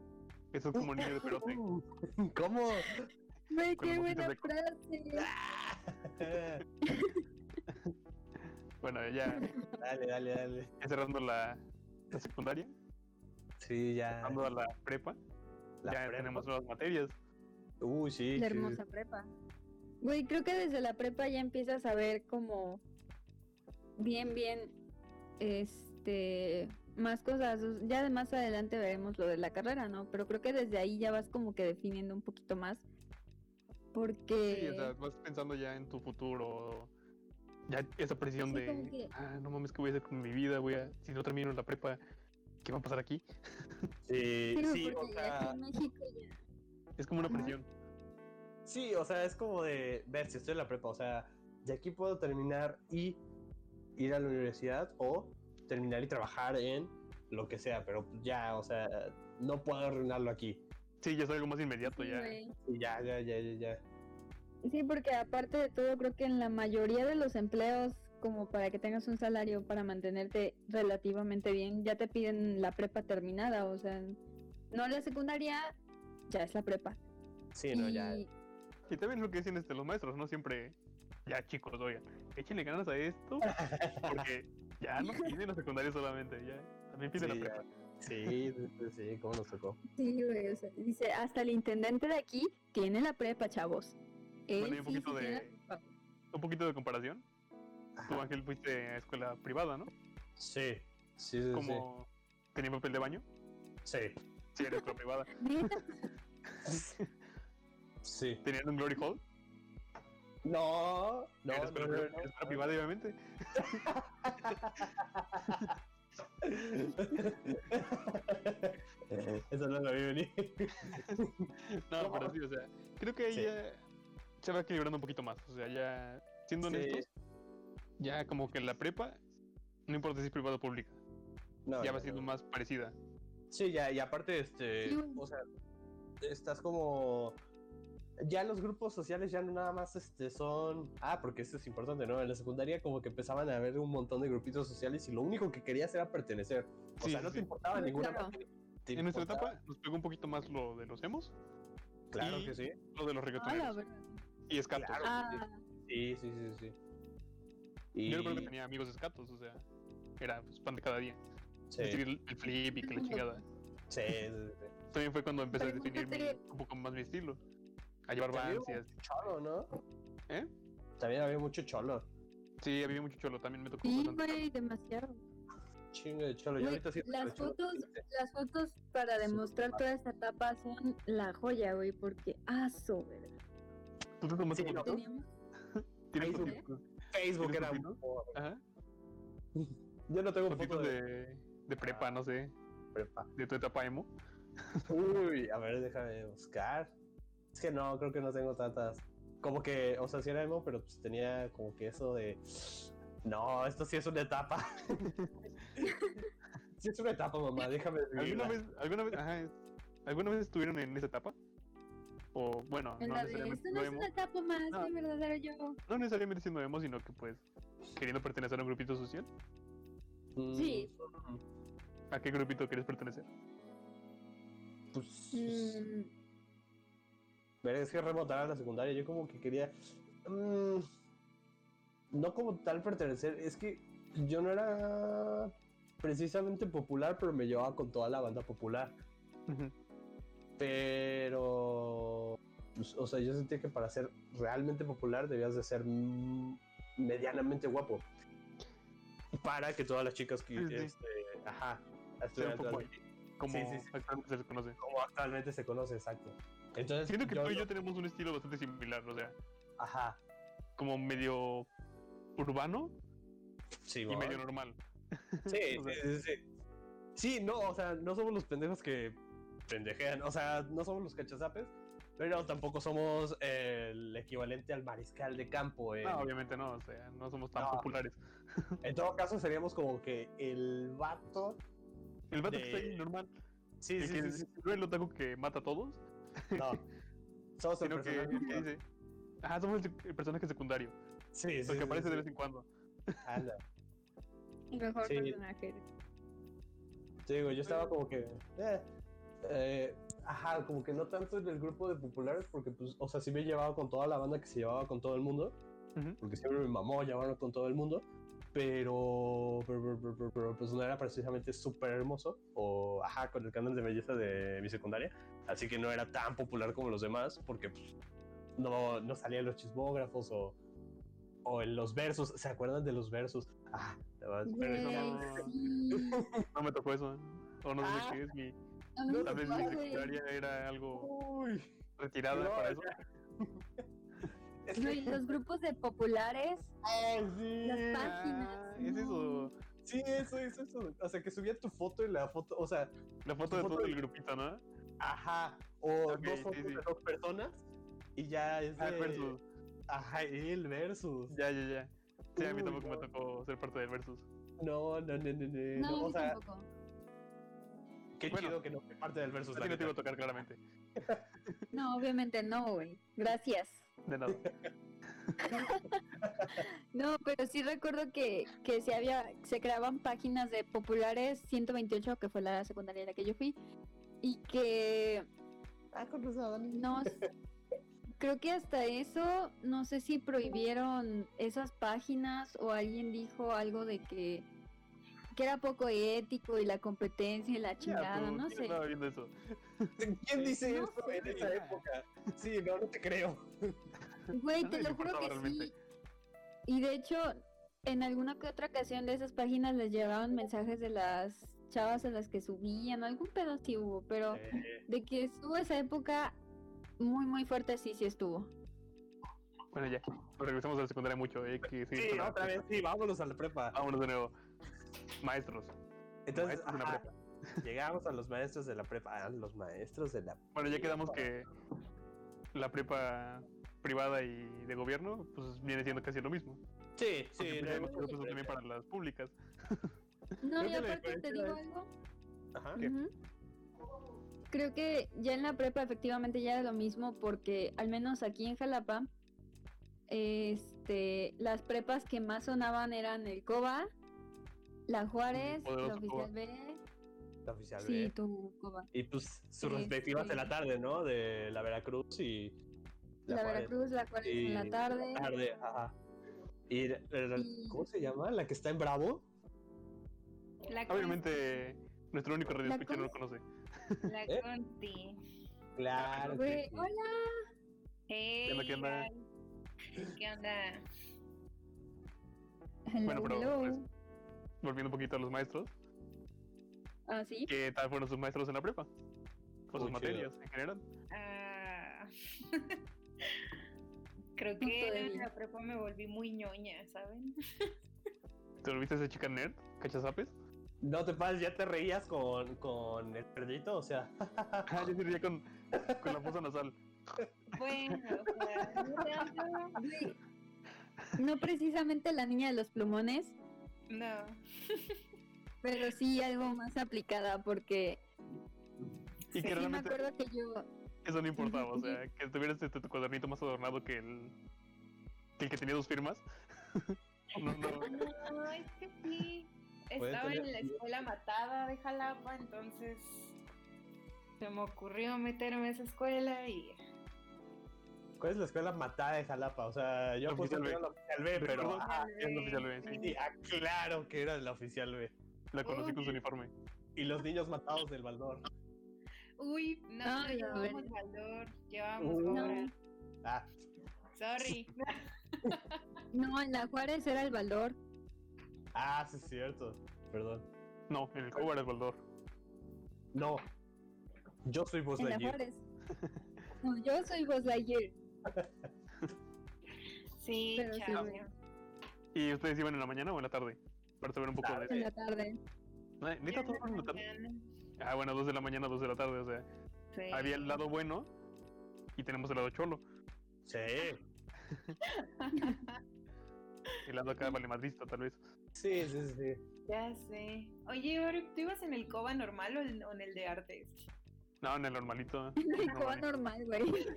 [SPEAKER 1] Eso es como un niño de perote.
[SPEAKER 2] Uh,
[SPEAKER 4] ¿Cómo?
[SPEAKER 2] güey,
[SPEAKER 1] Con
[SPEAKER 2] qué
[SPEAKER 1] un poquito
[SPEAKER 2] buena
[SPEAKER 1] de co-
[SPEAKER 2] frase.
[SPEAKER 4] dale,
[SPEAKER 1] Bueno, ya,
[SPEAKER 4] dale, dale.
[SPEAKER 1] ya cerrando la, la secundaria,
[SPEAKER 4] Sí, ya.
[SPEAKER 1] cerrando a la prepa,
[SPEAKER 4] Ah, La
[SPEAKER 1] ya
[SPEAKER 4] prepa.
[SPEAKER 1] tenemos nuevas materias.
[SPEAKER 4] Uy, sí.
[SPEAKER 2] La
[SPEAKER 4] sí.
[SPEAKER 2] hermosa prepa. Güey, creo que desde la prepa ya empiezas a ver como bien, bien, este, más cosas. O- Ya de más adelante veremos lo de la carrera, ¿no? Pero creo que desde ahí ya vas como que definiendo un poquito más. Porque...
[SPEAKER 1] Sí, o sea, vas pensando ya en tu futuro, ya esa presión
[SPEAKER 2] Sí,
[SPEAKER 1] de,
[SPEAKER 2] como que-
[SPEAKER 1] ah, no mames, ¿qué voy a hacer con mi vida? Voy a, si no termino la prepa, ¿qué va a pasar aquí?
[SPEAKER 4] Sí,
[SPEAKER 2] Sí,
[SPEAKER 4] sí, o
[SPEAKER 2] porque ya
[SPEAKER 4] sea,
[SPEAKER 2] aquí en México ya-
[SPEAKER 1] Es como una
[SPEAKER 2] Ajá.
[SPEAKER 1] presión.
[SPEAKER 4] sí, o sea, es como de ver si estoy en la prepa, o sea, de aquí puedo terminar y ir a la universidad o terminar y trabajar en lo que sea, pero ya, o sea, no puedo arruinarlo aquí.
[SPEAKER 1] Sí, ya es algo más inmediato, ya.
[SPEAKER 2] güey.
[SPEAKER 4] Y pues ya, ya, ya, ya, ya.
[SPEAKER 2] Sí, porque aparte de todo, creo que en la mayoría de los empleos, como para que tengas un salario para mantenerte relativamente bien, ya te piden la prepa terminada, o sea, no la secundaria, ya es la prepa.
[SPEAKER 4] Sí, no, ya.
[SPEAKER 2] Y-
[SPEAKER 1] Y también es lo que dicen este, los maestros, ¿no? Siempre, ya chicos, oigan, échenle ganas a esto, porque ya no piden la secundaria solamente, ya. También piden la
[SPEAKER 4] Sí, ya.
[SPEAKER 1] prepa.
[SPEAKER 4] Sí, sí, sí, sí, cómo nos tocó.
[SPEAKER 2] sí, güey, o sea, dice, hasta el intendente de aquí tiene la prepa, chavos. Él
[SPEAKER 1] Bueno, y un
[SPEAKER 2] sí, sí
[SPEAKER 1] poquito
[SPEAKER 2] tiene la
[SPEAKER 1] de-
[SPEAKER 2] prepa.
[SPEAKER 1] Un poquito de comparación. Tú,
[SPEAKER 4] Ajá.
[SPEAKER 1] Ángel, fuiste a escuela privada, ¿no?
[SPEAKER 4] Sí, sí, sí,
[SPEAKER 1] Como tenía papel de baño.
[SPEAKER 4] sí.
[SPEAKER 1] Sí, era escuela privada.
[SPEAKER 2] Neta,
[SPEAKER 4] Sí. Sí.
[SPEAKER 1] Tenían un glory hall.
[SPEAKER 4] No, no,
[SPEAKER 1] era
[SPEAKER 4] no,
[SPEAKER 1] escuela,
[SPEAKER 4] no,
[SPEAKER 1] pri-
[SPEAKER 4] no,
[SPEAKER 1] era escuela privada, obviamente.
[SPEAKER 4] Eso no lo vi venir.
[SPEAKER 1] No,
[SPEAKER 4] No.
[SPEAKER 1] pero sí, o sea, creo que ahí
[SPEAKER 4] Sí.
[SPEAKER 1] ya se va equilibrando un poquito más. O sea, ya, siendo
[SPEAKER 4] Sí.
[SPEAKER 1] honestos, ya como que la prepa, no importa si es privada o pública,
[SPEAKER 4] No,
[SPEAKER 1] ya
[SPEAKER 4] no,
[SPEAKER 1] va siendo
[SPEAKER 4] no.
[SPEAKER 1] más parecida.
[SPEAKER 4] Sí, ya, y aparte, este.
[SPEAKER 2] Sí, güey.
[SPEAKER 4] O sea, estás como. Ya los grupos sociales ya no nada más este, son. Ah, porque esto es importante, ¿no? En la secundaria, como que empezaban a haber un montón de grupitos sociales y lo único que querías era pertenecer. O
[SPEAKER 1] Sí,
[SPEAKER 4] sea,
[SPEAKER 1] sí,
[SPEAKER 4] no te
[SPEAKER 1] sí.
[SPEAKER 4] importaba
[SPEAKER 2] Sí,
[SPEAKER 4] ninguna
[SPEAKER 2] claro.
[SPEAKER 4] parte.
[SPEAKER 1] En nuestra etapa nos pegó un poquito más lo de los emos,
[SPEAKER 4] Claro
[SPEAKER 1] y-
[SPEAKER 4] que sí.
[SPEAKER 1] lo de los
[SPEAKER 2] Ah, la
[SPEAKER 1] reggaetoneros
[SPEAKER 2] verdad.
[SPEAKER 1] y escatos.
[SPEAKER 4] Claro.
[SPEAKER 2] Ah,
[SPEAKER 4] Sí, sí, sí, sí. Y...
[SPEAKER 1] Yo recuerdo que tenía amigos escatos, o sea, era pues, pan de cada día.
[SPEAKER 4] Sí, sí,
[SPEAKER 1] Decir el, el flip y que la chingada.
[SPEAKER 4] sí, sí, sí.
[SPEAKER 1] También fue cuando empecé a definir mi-
[SPEAKER 2] Pregúntate-
[SPEAKER 1] un poco más mi estilo. A llevar
[SPEAKER 4] También-
[SPEAKER 1] vans y así.
[SPEAKER 4] Cholo, ¿no?
[SPEAKER 1] ¿Eh?
[SPEAKER 4] También había mucho cholo.
[SPEAKER 1] Sí, había mucho cholo, también me tocó
[SPEAKER 2] sí,
[SPEAKER 1] bastante cholo.
[SPEAKER 2] güey, demasiado.
[SPEAKER 4] Chingo de cholo. Yo
[SPEAKER 2] Güey,
[SPEAKER 4] ahorita sí.
[SPEAKER 2] las
[SPEAKER 4] de cholo.
[SPEAKER 2] fotos- Las fotos para demostrar toda esta etapa son la joya, güey, porque aso, ¿verdad?
[SPEAKER 1] ¿Tú te tomaste
[SPEAKER 4] Sí,
[SPEAKER 1] foto?
[SPEAKER 4] ¿no?
[SPEAKER 2] Teníamos
[SPEAKER 1] ¿Tienes
[SPEAKER 4] Facebook.
[SPEAKER 1] fotitos?
[SPEAKER 4] Facebook
[SPEAKER 1] ¿Tienes
[SPEAKER 4] era
[SPEAKER 1] fotitos?
[SPEAKER 4] un-
[SPEAKER 1] Ajá.
[SPEAKER 4] Yo no tengo
[SPEAKER 1] Fotitos
[SPEAKER 4] fotos de...
[SPEAKER 1] de, de prepa, no sé,
[SPEAKER 4] prepa.
[SPEAKER 1] de tu etapa emo.
[SPEAKER 4] Uy, a ver, déjame buscar. Es que no, creo que no tengo tantas. Como que, o sea, sí era emo, pero pues tenía como que eso de. No, esto sí es una etapa. sí es una etapa, mamá, déjame
[SPEAKER 1] ¿Alguna
[SPEAKER 4] vivirla.
[SPEAKER 1] vez, alguna vez, ajá, es- alguna vez estuvieron en esa etapa? O bueno,
[SPEAKER 2] en
[SPEAKER 1] no
[SPEAKER 2] la de
[SPEAKER 1] necesariamente,
[SPEAKER 2] esto
[SPEAKER 1] siendo
[SPEAKER 2] no es
[SPEAKER 1] emo,
[SPEAKER 2] una etapa más,
[SPEAKER 1] No.
[SPEAKER 2] de verdadero yo.
[SPEAKER 1] no necesariamente siendo emo, sino que pues queriendo pertenecer a un grupito social.
[SPEAKER 4] Mm,
[SPEAKER 2] Sí.
[SPEAKER 1] ¿A qué grupito quieres pertenecer?
[SPEAKER 4] Pues.
[SPEAKER 2] Mm,
[SPEAKER 4] Pero es que remontar a la secundaria, yo como que quería. mm, no como tal pertenecer, es que yo no era precisamente popular, pero me llevaba con toda la banda popular. Pero, pues, o sea, yo sentía que para ser realmente popular debías de ser mm, medianamente guapo. Para que todas las chicas que,
[SPEAKER 1] Sí, sí.
[SPEAKER 4] este, ajá,
[SPEAKER 1] Ser un
[SPEAKER 4] estuvieran
[SPEAKER 1] poco
[SPEAKER 4] todas-
[SPEAKER 1] ahí, como
[SPEAKER 4] Sí, sí, sí.
[SPEAKER 1] actualmente se les conoce.
[SPEAKER 4] como actualmente se conoce, exacto. Entonces,
[SPEAKER 1] Siento que
[SPEAKER 4] yo
[SPEAKER 1] tú y
[SPEAKER 4] no-
[SPEAKER 1] yo tenemos un estilo bastante similar, o sea,
[SPEAKER 4] ajá,
[SPEAKER 1] como medio urbano
[SPEAKER 4] sí,
[SPEAKER 1] y
[SPEAKER 4] va.
[SPEAKER 1] medio normal.
[SPEAKER 4] Sí,
[SPEAKER 1] O
[SPEAKER 4] sí,
[SPEAKER 1] sea-
[SPEAKER 4] sí, sí. Sí, no, o sea, no somos los pendejos que pendejean, o sea, no somos los cachazapes, pero tampoco somos eh, el equivalente al mariscal de campo. en-
[SPEAKER 1] No, obviamente no, o sea, no somos tan
[SPEAKER 4] No.
[SPEAKER 1] populares.
[SPEAKER 4] En todo caso, seríamos como que el vato.
[SPEAKER 1] El vato que está
[SPEAKER 4] De-
[SPEAKER 1] ahí normal,
[SPEAKER 4] Sí,
[SPEAKER 1] el
[SPEAKER 4] sí,
[SPEAKER 1] que
[SPEAKER 4] sí, sí,
[SPEAKER 1] no el otaku que mata a todos,
[SPEAKER 4] No. Somos el
[SPEAKER 1] sino que,
[SPEAKER 4] personaje.
[SPEAKER 1] que dice, ah, somos el, el personaje secundario,
[SPEAKER 4] Sí, sí.
[SPEAKER 1] el
[SPEAKER 4] sí,
[SPEAKER 1] que aparece
[SPEAKER 4] sí.
[SPEAKER 1] de vez en cuando.
[SPEAKER 4] Anda.
[SPEAKER 2] mejor
[SPEAKER 4] Sí.
[SPEAKER 2] personaje.
[SPEAKER 4] Te digo, yo estaba como que. eh, eh, ajá, como que no tanto en el grupo de populares, porque, pues, o sea, sí me llevaba con toda la banda que se llevaba con todo el mundo.
[SPEAKER 1] Ujú.
[SPEAKER 4] Porque siempre me mamó llevarme con todo el mundo. Pero, pero, pero, pero, pero, pero, pues no era precisamente súper hermoso. O, ajá, con el canon de belleza de mi secundaria. Así que no era tan popular como los demás, porque pues, no, no salían los chismógrafos o, o en los versos. ¿Se acuerdan de los versos? Ah, te vas- pero eso no-
[SPEAKER 1] no-
[SPEAKER 2] Güey, sí.
[SPEAKER 1] No me tocó eso, o no
[SPEAKER 4] Ah.
[SPEAKER 1] sé qué es, mi,
[SPEAKER 2] A mí
[SPEAKER 4] No,
[SPEAKER 2] me
[SPEAKER 1] tal vez mi
[SPEAKER 2] tocó, güey.
[SPEAKER 1] secundaria era algo
[SPEAKER 4] Uy.
[SPEAKER 1] retirada
[SPEAKER 4] No,
[SPEAKER 1] para eso.
[SPEAKER 4] Es
[SPEAKER 2] Güey,
[SPEAKER 4] que-
[SPEAKER 2] los grupos de populares,
[SPEAKER 4] Ah, sí.
[SPEAKER 2] las
[SPEAKER 1] Ah,
[SPEAKER 2] páginas.
[SPEAKER 1] es
[SPEAKER 2] no.
[SPEAKER 1] eso,
[SPEAKER 4] Sí, eso, eso, eso. O sea, que subía tu foto y la foto, o sea,
[SPEAKER 1] la foto de
[SPEAKER 4] Foto
[SPEAKER 1] todo
[SPEAKER 4] de-
[SPEAKER 1] el grupito, ¿no?
[SPEAKER 4] ajá, o
[SPEAKER 1] Ok,
[SPEAKER 4] dos
[SPEAKER 1] sí,
[SPEAKER 4] fotos
[SPEAKER 1] sí.
[SPEAKER 4] de dos personas y ya es de...
[SPEAKER 1] Ah, el versus.
[SPEAKER 4] Ajá, el versus.
[SPEAKER 1] Ya, ya, ya. Sí, a mí
[SPEAKER 4] Uy,
[SPEAKER 1] tampoco me
[SPEAKER 4] no.
[SPEAKER 1] tocó ser parte del versus.
[SPEAKER 4] No, no, no, no, no.
[SPEAKER 2] No,
[SPEAKER 4] no,
[SPEAKER 2] a
[SPEAKER 4] O
[SPEAKER 2] mí
[SPEAKER 4] sea,
[SPEAKER 2] tampoco.
[SPEAKER 4] qué
[SPEAKER 1] Bueno.
[SPEAKER 4] chido que no fue parte del versus.
[SPEAKER 1] A
[SPEAKER 4] la
[SPEAKER 1] ti no te iba a
[SPEAKER 4] neta.
[SPEAKER 1] tocar claramente.
[SPEAKER 2] No, obviamente no, güey. Gracias.
[SPEAKER 1] De nada.
[SPEAKER 2] No, pero sí recuerdo que, que se había, se creaban páginas de populares 128, que fue la secundaria en la que yo fui, y que
[SPEAKER 4] Ah, con razón.
[SPEAKER 2] no s- creo que hasta eso, no sé si prohibieron esas páginas o alguien dijo algo de que, que era poco ético y la competencia y la chingada,
[SPEAKER 1] tú,
[SPEAKER 2] no
[SPEAKER 1] ¿quién
[SPEAKER 2] sé.
[SPEAKER 1] Estaba viendo eso.
[SPEAKER 4] ¿Quién dice
[SPEAKER 2] No
[SPEAKER 4] eso
[SPEAKER 2] sé.
[SPEAKER 4] en esa época? Sí, no, no te creo.
[SPEAKER 2] Güey,
[SPEAKER 1] Nadie
[SPEAKER 2] te
[SPEAKER 1] le
[SPEAKER 2] lo juro
[SPEAKER 1] importaba
[SPEAKER 2] que
[SPEAKER 1] realmente.
[SPEAKER 2] sí. Y de hecho, en alguna que otra ocasión de esas páginas les llegaban mensajes de las chavas a las que subían, algún pedo sí hubo, pero
[SPEAKER 4] Eh,
[SPEAKER 2] de que estuvo esa época muy, muy fuerte, sí, sí estuvo.
[SPEAKER 1] Bueno, ya. Pero regresamos a la secundaria mucho. eh, que sí,
[SPEAKER 4] sí,
[SPEAKER 1] con la-
[SPEAKER 4] otra vez, sí, vámonos a la prepa.
[SPEAKER 1] Vámonos de nuevo. Maestros.
[SPEAKER 4] Entonces,
[SPEAKER 1] maestros de la
[SPEAKER 4] ajá,
[SPEAKER 1] prepa.
[SPEAKER 4] llegamos a los maestros de la prepa. Ah, los maestros de la
[SPEAKER 1] Bueno, ya quedamos que la prepa privada y de gobierno, pues viene siendo casi lo mismo.
[SPEAKER 4] Sí,
[SPEAKER 1] Porque,
[SPEAKER 4] sí,
[SPEAKER 1] pues,
[SPEAKER 4] no
[SPEAKER 1] hay
[SPEAKER 4] hay
[SPEAKER 1] muchos
[SPEAKER 4] mucha
[SPEAKER 1] grupos también
[SPEAKER 4] diferencia.
[SPEAKER 1] para las públicas.
[SPEAKER 2] No,
[SPEAKER 4] Creo
[SPEAKER 2] y
[SPEAKER 4] que la
[SPEAKER 2] aparte te
[SPEAKER 4] diferencia
[SPEAKER 2] digo
[SPEAKER 4] es-
[SPEAKER 2] algo.
[SPEAKER 4] Ajá.
[SPEAKER 1] ¿Qué?
[SPEAKER 2] Ujú. Creo que ya en la prepa efectivamente ya era lo mismo porque al menos aquí en Jalapa, este, las prepas que más sonaban eran el COBA, la Juárez, la
[SPEAKER 1] poderoso
[SPEAKER 2] Oficial B,
[SPEAKER 4] la oficial B.
[SPEAKER 2] Sí, tu coba.
[SPEAKER 4] Y pues sus
[SPEAKER 2] Sí,
[SPEAKER 4] respectivas
[SPEAKER 2] sí.
[SPEAKER 4] de la tarde, ¿no? De la Veracruz y
[SPEAKER 2] La,
[SPEAKER 4] Juárez.
[SPEAKER 2] Veracruz, la cual en la
[SPEAKER 4] Y-
[SPEAKER 2] tarde.
[SPEAKER 4] Tarde, ajá. Y, la- la-
[SPEAKER 2] Y-
[SPEAKER 4] ¿Cómo se llama? ¿La que está en Bravo?
[SPEAKER 3] La, con-
[SPEAKER 1] Obviamente, nuestro único radio
[SPEAKER 2] La
[SPEAKER 1] escucha no lo
[SPEAKER 2] cosa-
[SPEAKER 1] conoce.
[SPEAKER 3] la
[SPEAKER 4] ¿Eh?
[SPEAKER 3] Conti.
[SPEAKER 4] Claro.
[SPEAKER 2] Güey,
[SPEAKER 4] que sí.
[SPEAKER 2] hola.
[SPEAKER 3] Hey,
[SPEAKER 1] onda, qué onda?
[SPEAKER 3] guys. ¿Qué onda?
[SPEAKER 1] Bueno,
[SPEAKER 2] Hello,
[SPEAKER 1] pero,
[SPEAKER 2] hello.
[SPEAKER 1] pues, Volviendo un poquito a los maestros,
[SPEAKER 2] Ah, sí.
[SPEAKER 1] ¿qué tal fueron sus maestros en la prepa? O sus
[SPEAKER 4] Muy chido.
[SPEAKER 1] materias en general.
[SPEAKER 3] Ah, Creo
[SPEAKER 2] Punto
[SPEAKER 3] que
[SPEAKER 2] débil.
[SPEAKER 3] en la prepa me volví muy ñoña, ¿saben?
[SPEAKER 1] ¿Te volviste esa chica nerd? ¿Cachazapes?
[SPEAKER 4] No te pases, ya te reías con, con el perrito, o sea.
[SPEAKER 1] Ah, yo diría con, con la fosa nasal.
[SPEAKER 3] Bueno, o sea, no tanto.
[SPEAKER 2] Güey, Ah, No precisamente la niña de los plumones,
[SPEAKER 3] No.
[SPEAKER 2] pero sí algo más aplicada porque
[SPEAKER 1] Y que
[SPEAKER 2] sí me
[SPEAKER 1] realmente
[SPEAKER 2] acuerdo que yo
[SPEAKER 1] eso no importaba. O
[SPEAKER 2] Ujú.
[SPEAKER 1] sea, que tuvieras este, tu cuadernito más adornado que el que, el que tenía dos firmas. no, no,
[SPEAKER 3] No, es que sí.
[SPEAKER 4] Puede
[SPEAKER 3] Estaba
[SPEAKER 4] tener
[SPEAKER 3] en la
[SPEAKER 4] sentido.
[SPEAKER 3] escuela matada de Jalapa, entonces se me ocurrió meterme a esa escuela y
[SPEAKER 4] ¿Cuál es la escuela matada de Jalapa? O sea, yo
[SPEAKER 1] La
[SPEAKER 4] apuesto
[SPEAKER 1] oficial B.
[SPEAKER 4] que era la oficial B, pero.
[SPEAKER 1] Recuerdo-
[SPEAKER 4] ah,
[SPEAKER 1] es la oficial B, sí.
[SPEAKER 4] sí, ah, claro que era la oficial B.
[SPEAKER 1] La conocí con su uniforme.
[SPEAKER 4] Y los niños matados del Baldor.
[SPEAKER 3] Uy, no,
[SPEAKER 2] Ay, a ver.
[SPEAKER 3] llevamos valor, llevamos
[SPEAKER 4] Uh.
[SPEAKER 3] horas.
[SPEAKER 4] Ah,
[SPEAKER 3] Sorry.
[SPEAKER 2] no en la Juárez era el valor.
[SPEAKER 4] ah, sí, es cierto. Perdón.
[SPEAKER 1] No, en el cubo era el Baldor.
[SPEAKER 4] No. Yo soy voz
[SPEAKER 2] En la Juárez. No, yo soy Buzz Lightyear.
[SPEAKER 3] Sí,
[SPEAKER 2] Pero sí,
[SPEAKER 3] chao.
[SPEAKER 1] Ah,
[SPEAKER 2] güey.
[SPEAKER 1] ¿Y ustedes iban en la mañana o en la tarde? Para saber un poco
[SPEAKER 4] Tarde.
[SPEAKER 1] de...
[SPEAKER 2] en la tarde.
[SPEAKER 1] Ay, ¿Neta todos fueron en la tarde? Ah, bueno, dos de la mañana, dos de la tarde, o sea...
[SPEAKER 3] Sí.
[SPEAKER 1] Había el lado bueno y tenemos el lado cholo.
[SPEAKER 4] Sí.
[SPEAKER 1] El lado acá valemadrista, tal vez.
[SPEAKER 4] Sí, sí, sí.
[SPEAKER 3] Ya sé. Oye, Ori, ¿tú ibas en el COBA normal o en, o en el de artes?
[SPEAKER 1] No, en el normalito.
[SPEAKER 2] Ay,
[SPEAKER 1] No,
[SPEAKER 2] como
[SPEAKER 1] vale.
[SPEAKER 2] normal, güey.
[SPEAKER 1] Sí,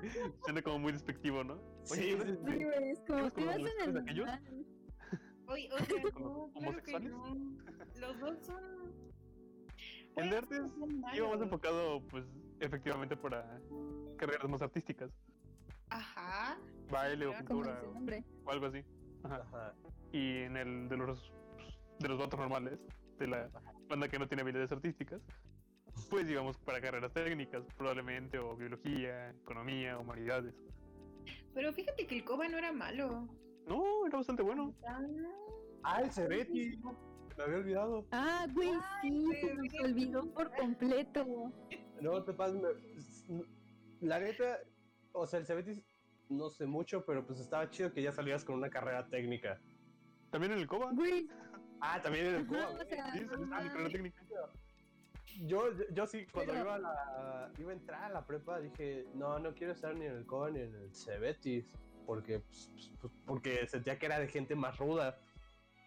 [SPEAKER 1] sí, sí. Suena como muy despectivo, ¿no?
[SPEAKER 4] Sí,
[SPEAKER 1] ¿no-
[SPEAKER 4] sí,
[SPEAKER 2] Sí, güey, es como
[SPEAKER 1] ¿Ibas
[SPEAKER 2] tú
[SPEAKER 1] con los
[SPEAKER 2] ibas en el
[SPEAKER 1] vestidos aquellos?
[SPEAKER 2] normal.
[SPEAKER 3] Oye, o sea,
[SPEAKER 1] ¿Con los
[SPEAKER 3] no, claro que
[SPEAKER 1] homosexuales?
[SPEAKER 3] no. Los dos son.
[SPEAKER 1] El
[SPEAKER 3] Bueno,
[SPEAKER 1] de artes
[SPEAKER 3] no son
[SPEAKER 1] iba más
[SPEAKER 3] malos.
[SPEAKER 1] enfocado, pues, efectivamente para carreras más artísticas.
[SPEAKER 3] Ajá.
[SPEAKER 1] Baile o
[SPEAKER 3] Era
[SPEAKER 2] Como
[SPEAKER 1] pintura
[SPEAKER 2] dice el nombre.
[SPEAKER 1] o algo así.
[SPEAKER 4] Ajá.
[SPEAKER 1] Y en el de los pues, de los vatos normales, de la banda que no tiene habilidades artísticas, pues digamos para carreras técnicas, probablemente, o biología, economía, humanidades.
[SPEAKER 3] Pero fíjate que el COBA no era malo.
[SPEAKER 1] No, era bastante bueno.
[SPEAKER 3] Ah,
[SPEAKER 4] Ah, el Cebetis. Me había olvidado.
[SPEAKER 2] Ah, güey, sí, se
[SPEAKER 3] güey.
[SPEAKER 2] nos olvidó por completo.
[SPEAKER 4] No te pases. me- La neta, o sea, el Cebetis no sé mucho, pero pues estaba chido que ya salías con una carrera técnica.
[SPEAKER 1] También en el COBA.
[SPEAKER 2] Güey,
[SPEAKER 4] Ah, también en el
[SPEAKER 2] Ajá,
[SPEAKER 4] Cuba.
[SPEAKER 2] o sea, "Ah,
[SPEAKER 1] Sí, saliste con
[SPEAKER 2] no
[SPEAKER 1] mi carrera técnica.
[SPEAKER 4] Yo, yo- yo sí, cuando
[SPEAKER 2] Pero-
[SPEAKER 4] iba, a la- iba a entrar a la prepa, dije, no, no quiero estar ni en el COA ni en el Cebetis, porque, pues, pues, pues, porque sentía que era de gente más ruda.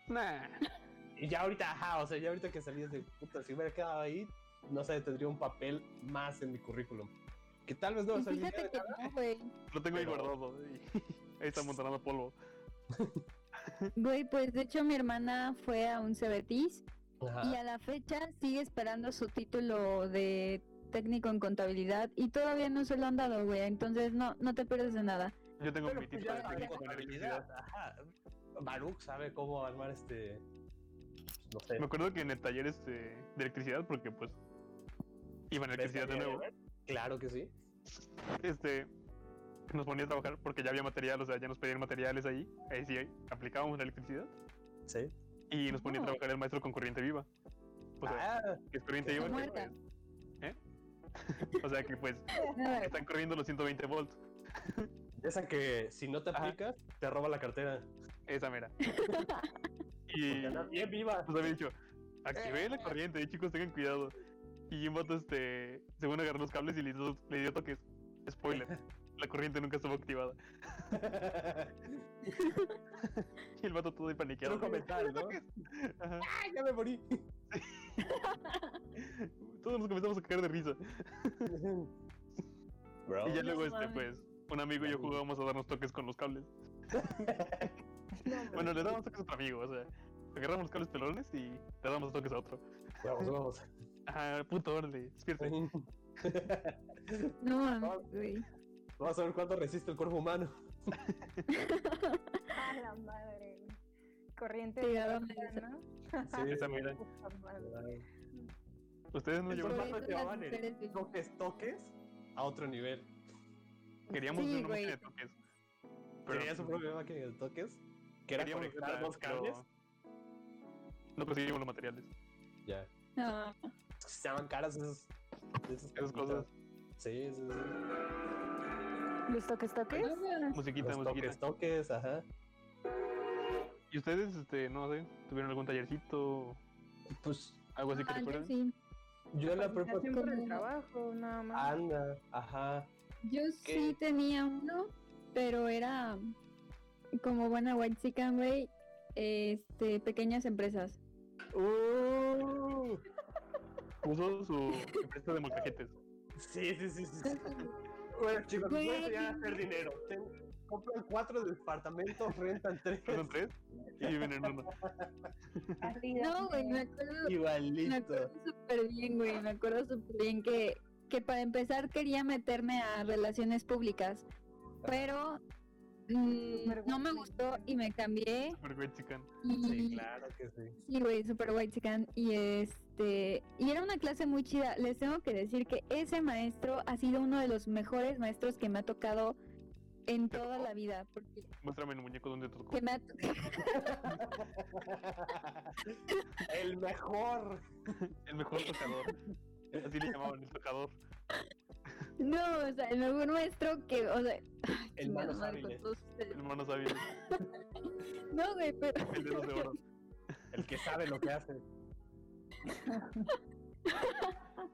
[SPEAKER 1] Nah.
[SPEAKER 4] Y ya ahorita, ajá, o sea, ya ahorita que salías de puta, si hubiera quedado ahí, no sé, tendría un papel más en mi currículum. Que tal vez no
[SPEAKER 2] y
[SPEAKER 4] serviría
[SPEAKER 2] fíjate
[SPEAKER 4] de
[SPEAKER 2] que
[SPEAKER 4] nada.
[SPEAKER 2] no, güey.
[SPEAKER 1] Lo tengo ahí
[SPEAKER 4] Pero-
[SPEAKER 1] guardado. y ahí está amontonando polvo.
[SPEAKER 2] Güey, pues de hecho mi hermana fue a un Cebetis
[SPEAKER 4] Ajá.
[SPEAKER 2] y a la fecha sigue esperando su título de técnico en contabilidad y todavía no se lo han dado, güey. Entonces no, no te pierdes de nada.
[SPEAKER 1] Yo tengo
[SPEAKER 4] Pero
[SPEAKER 1] mi
[SPEAKER 4] pues
[SPEAKER 1] título
[SPEAKER 4] ya
[SPEAKER 1] de
[SPEAKER 4] sabía
[SPEAKER 1] técnico en electricidad.
[SPEAKER 4] contabilidad. Ajá. Baruch sabe cómo armar este. No sé.
[SPEAKER 1] Me acuerdo que en el taller este, de electricidad, porque pues iba en electricidad de
[SPEAKER 4] ¿Ves?
[SPEAKER 1] nuevo,
[SPEAKER 4] ¿eh? Claro que sí.
[SPEAKER 1] este, nos ponía a trabajar porque ya había material, o sea, ya nos pedían materiales ahí. Ahí sí, aplicábamos la electricidad
[SPEAKER 4] Sí.
[SPEAKER 1] y nos ponía a
[SPEAKER 2] No.
[SPEAKER 1] trabajar el maestro con corriente viva. O sea,
[SPEAKER 4] Ah,
[SPEAKER 1] que es corriente
[SPEAKER 4] qué
[SPEAKER 1] viva.
[SPEAKER 2] Está
[SPEAKER 1] que,
[SPEAKER 2] muerta.
[SPEAKER 1] pues, o sea, que pues
[SPEAKER 2] Nada.
[SPEAKER 1] están corriendo los 120 volts.
[SPEAKER 4] esa que si no te
[SPEAKER 1] Ajá.
[SPEAKER 4] aplicas, te roba la cartera.
[SPEAKER 1] Esa mera. y
[SPEAKER 4] Porque anda bien viva.
[SPEAKER 1] nos había dicho, activé la corriente, eh, chicos, tengan cuidado. Y un vato, este, según agarró los cables y le dio, le dio toques. Spoiler, la corriente nunca estuvo activada. Y el vato todo ahí paniqueado.
[SPEAKER 4] Truco mental, ¿no?
[SPEAKER 1] Ajá.
[SPEAKER 4] ¡Ah, ya me morí!
[SPEAKER 1] Todos nos comenzamos a caer de risa.
[SPEAKER 4] Bro.
[SPEAKER 1] y ya luego,
[SPEAKER 2] no
[SPEAKER 1] este,
[SPEAKER 2] mames.
[SPEAKER 1] pues, un amigo y yo jugábamos a darnos toques con los cables. Bueno, le dábamos toques a otro amigo, o sea, agarramos los cables pelones y le dábamos toques a otro.
[SPEAKER 4] Vamos, vamos.
[SPEAKER 1] Ajá, puto orden, despierte.
[SPEAKER 2] No
[SPEAKER 4] Ah.
[SPEAKER 2] mames, güey.
[SPEAKER 4] Vamos a ver cuánto resiste el cuerpo humano.
[SPEAKER 3] A la madre. güey. Corriente
[SPEAKER 2] Te
[SPEAKER 3] de
[SPEAKER 2] llegaron
[SPEAKER 3] plata,
[SPEAKER 2] esas-
[SPEAKER 3] ¿no?
[SPEAKER 1] Esa mira.
[SPEAKER 3] Puta madre.
[SPEAKER 1] Ustedes no
[SPEAKER 4] Eso
[SPEAKER 1] llevaron.
[SPEAKER 4] fue-
[SPEAKER 2] Por
[SPEAKER 4] te
[SPEAKER 2] eso las
[SPEAKER 4] van en-
[SPEAKER 2] mujeres del-
[SPEAKER 4] Toques, toques a otro nivel.
[SPEAKER 1] Queríamos
[SPEAKER 2] Sí,
[SPEAKER 1] una máquina
[SPEAKER 2] güey.
[SPEAKER 1] de toques.
[SPEAKER 4] Pero Tenía
[SPEAKER 1] Pero
[SPEAKER 4] su propia máquina de toques. Que era
[SPEAKER 1] queríamos
[SPEAKER 4] conectar dos cables.
[SPEAKER 1] No conseguimos los materiales.
[SPEAKER 4] Ya.
[SPEAKER 2] No.
[SPEAKER 4] Es que estaban caras esas, esas,
[SPEAKER 1] Esas cosas.
[SPEAKER 4] Sí, sí, sí.
[SPEAKER 3] ¿Los toques toques?
[SPEAKER 1] Pues, Musiquita,
[SPEAKER 4] Los
[SPEAKER 1] musiquita.
[SPEAKER 4] toques, toques, ajá.
[SPEAKER 1] ¿Y ustedes, este, no sé, tuvieron algún tallercito?
[SPEAKER 4] Pues
[SPEAKER 1] Algo así que
[SPEAKER 2] Ah, yo
[SPEAKER 1] recuerden.
[SPEAKER 2] sí.
[SPEAKER 4] yo en la
[SPEAKER 1] pues,
[SPEAKER 4] prepa.
[SPEAKER 3] Capacitación por el
[SPEAKER 2] Como-
[SPEAKER 3] trabajo, nada más.
[SPEAKER 1] Ah,
[SPEAKER 4] Anda, ajá.
[SPEAKER 2] Yo sí tenía uno, pero era como buena white chicken, güey. Este, pequeñas empresas.
[SPEAKER 4] Uh,
[SPEAKER 1] Puso su empresa de molcajetes.
[SPEAKER 4] sí, sí, sí, sí. sí. Bueno, chicos,
[SPEAKER 2] Güey.
[SPEAKER 4] pueden enseñar a hacer dinero. Ten- compran cuatro departamentos, rentan tres.
[SPEAKER 1] Fueron tres y viven en uno.
[SPEAKER 3] Así,
[SPEAKER 2] No,
[SPEAKER 3] así,
[SPEAKER 2] güey, me
[SPEAKER 3] güey.
[SPEAKER 2] acuerdo, me
[SPEAKER 4] Igualito.
[SPEAKER 2] acuerdo súper bien, güey. Me acuerdo súper bien que, que para empezar quería meterme a relaciones públicas, pero mm,
[SPEAKER 3] Súper
[SPEAKER 2] no me
[SPEAKER 3] guay.
[SPEAKER 2] gustó y me cambié.
[SPEAKER 1] Super güey, chican.
[SPEAKER 2] Y,
[SPEAKER 4] Sí, claro que sí.
[SPEAKER 2] Sí, güey, super white chican. Y este. Y era una clase muy chida. Les tengo que decir que ese maestro ha sido uno de los mejores maestros que me ha tocado en
[SPEAKER 1] ¿Te
[SPEAKER 2] toda
[SPEAKER 1] tocó?
[SPEAKER 2] la vida. Porque
[SPEAKER 1] Muéstrame el muñeco donde tocó.
[SPEAKER 2] que me ha to-
[SPEAKER 4] El mejor.
[SPEAKER 1] El mejor tocador. Así le llamaban, el tocador.
[SPEAKER 2] No, o sea, el mejor maestro que. O sea,
[SPEAKER 4] El
[SPEAKER 2] chingada
[SPEAKER 4] manos
[SPEAKER 2] madre, con
[SPEAKER 4] hábiles.
[SPEAKER 2] todos ustedes.
[SPEAKER 1] El mano sabio.
[SPEAKER 2] No, güey, pero.
[SPEAKER 1] El dedo de oro.
[SPEAKER 4] El que sabe lo que hace.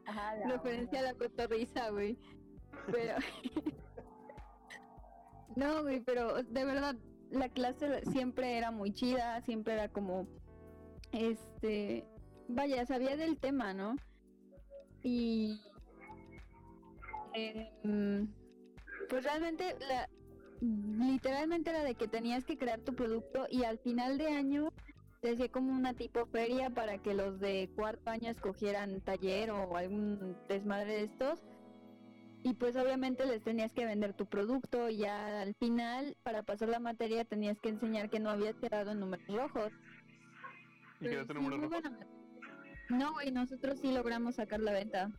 [SPEAKER 3] Ajá, la
[SPEAKER 2] Referencia a la cotorriza, güey. Pero. no, güey, pero de verdad, la clase siempre era muy chida, siempre era como. Este. Vaya, sabía del tema, ¿no? Y. em, pues realmente, la- literalmente era de que tenías que crear tu producto y al final de año te hacía como una tipo feria para que los de cuarto año escogieran taller o algún desmadre de estos. Y pues obviamente les tenías que vender tu producto y ya al final, para pasar la materia, tenías que enseñar que no habías quedado en números rojos.
[SPEAKER 1] Y
[SPEAKER 2] Pero
[SPEAKER 1] quedaste en
[SPEAKER 2] sí,
[SPEAKER 1] número
[SPEAKER 2] muy
[SPEAKER 1] rojo.
[SPEAKER 2] buena materia. No, güey, nosotros sí logramos sacar la venta.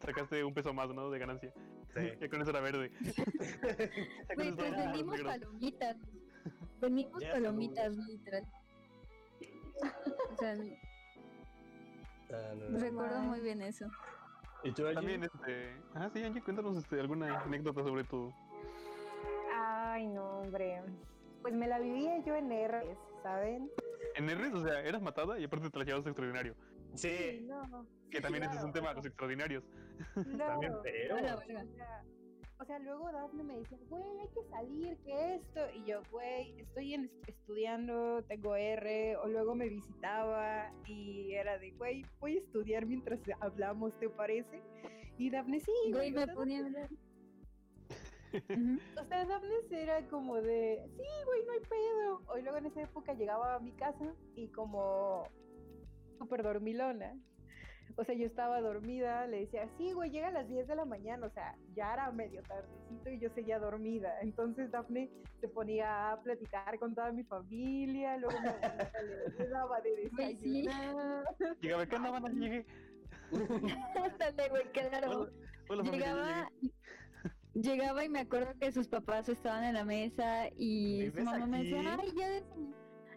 [SPEAKER 1] Sacaste un peso más, ¿no? De ganancia.
[SPEAKER 4] Sí.
[SPEAKER 1] Ya con eso era verde. Ya con
[SPEAKER 2] Güey,
[SPEAKER 1] eso
[SPEAKER 2] pues
[SPEAKER 1] era
[SPEAKER 2] vendimos
[SPEAKER 1] negro.
[SPEAKER 2] palomitas. Vendimos
[SPEAKER 4] Ya se
[SPEAKER 2] palomitas, literal. O sea,
[SPEAKER 4] Ah, no, no.
[SPEAKER 2] recuerdo muy bien eso.
[SPEAKER 4] ¿Y tú, Angie?
[SPEAKER 1] También, este. Ah, sí, Angie, cuéntanos este, alguna anécdota sobre tu.
[SPEAKER 3] Ay, no, hombre. Pues me la vivía yo en R, ¿saben?
[SPEAKER 1] En R's, o sea, eras matada y aparte te la llevabas de extraordinario.
[SPEAKER 4] Sí,
[SPEAKER 3] no.
[SPEAKER 1] Que también ese es un
[SPEAKER 3] claro.
[SPEAKER 1] tema, los extraordinarios.
[SPEAKER 4] también
[SPEAKER 3] Claro.
[SPEAKER 4] feo.
[SPEAKER 2] A la verga.
[SPEAKER 3] O sea, O sea, luego Dafne me decía, güey, hay que salir, que esto. Y yo, güey, estoy en- estudiando, tengo R. O luego me visitaba y era de, güey, voy a estudiar mientras hablamos, ¿te parece? Y Dafne, sí,
[SPEAKER 2] Güey, me
[SPEAKER 3] o sea,
[SPEAKER 2] ponía a hablar. Ujú.
[SPEAKER 3] O sea, Dafne era como de, sí, güey, no hay pedo. O y luego en esa época llegaba a mi casa y como súper dormilona. O sea, yo estaba dormida, le decía, sí, güey, llega a las 10 de la mañana. O sea, ya era medio tardecito y yo seguía dormida. Entonces Dafne se ponía a platicar con toda mi familia. Luego mi abuelita le daba de
[SPEAKER 2] Güey, sí.
[SPEAKER 3] desayunar.
[SPEAKER 1] Llegaba, ¿qué andaban? Ahí Llegué.
[SPEAKER 2] Ándale, güey, claro.
[SPEAKER 1] Hola, Hola, familia, ya llegué.
[SPEAKER 2] Llegaba, llegaba y me acuerdo que sus papás estaban en la mesa y su
[SPEAKER 4] ¿Vives
[SPEAKER 2] mamá me decía,
[SPEAKER 4] aquí?
[SPEAKER 2] ay, ya desayuné".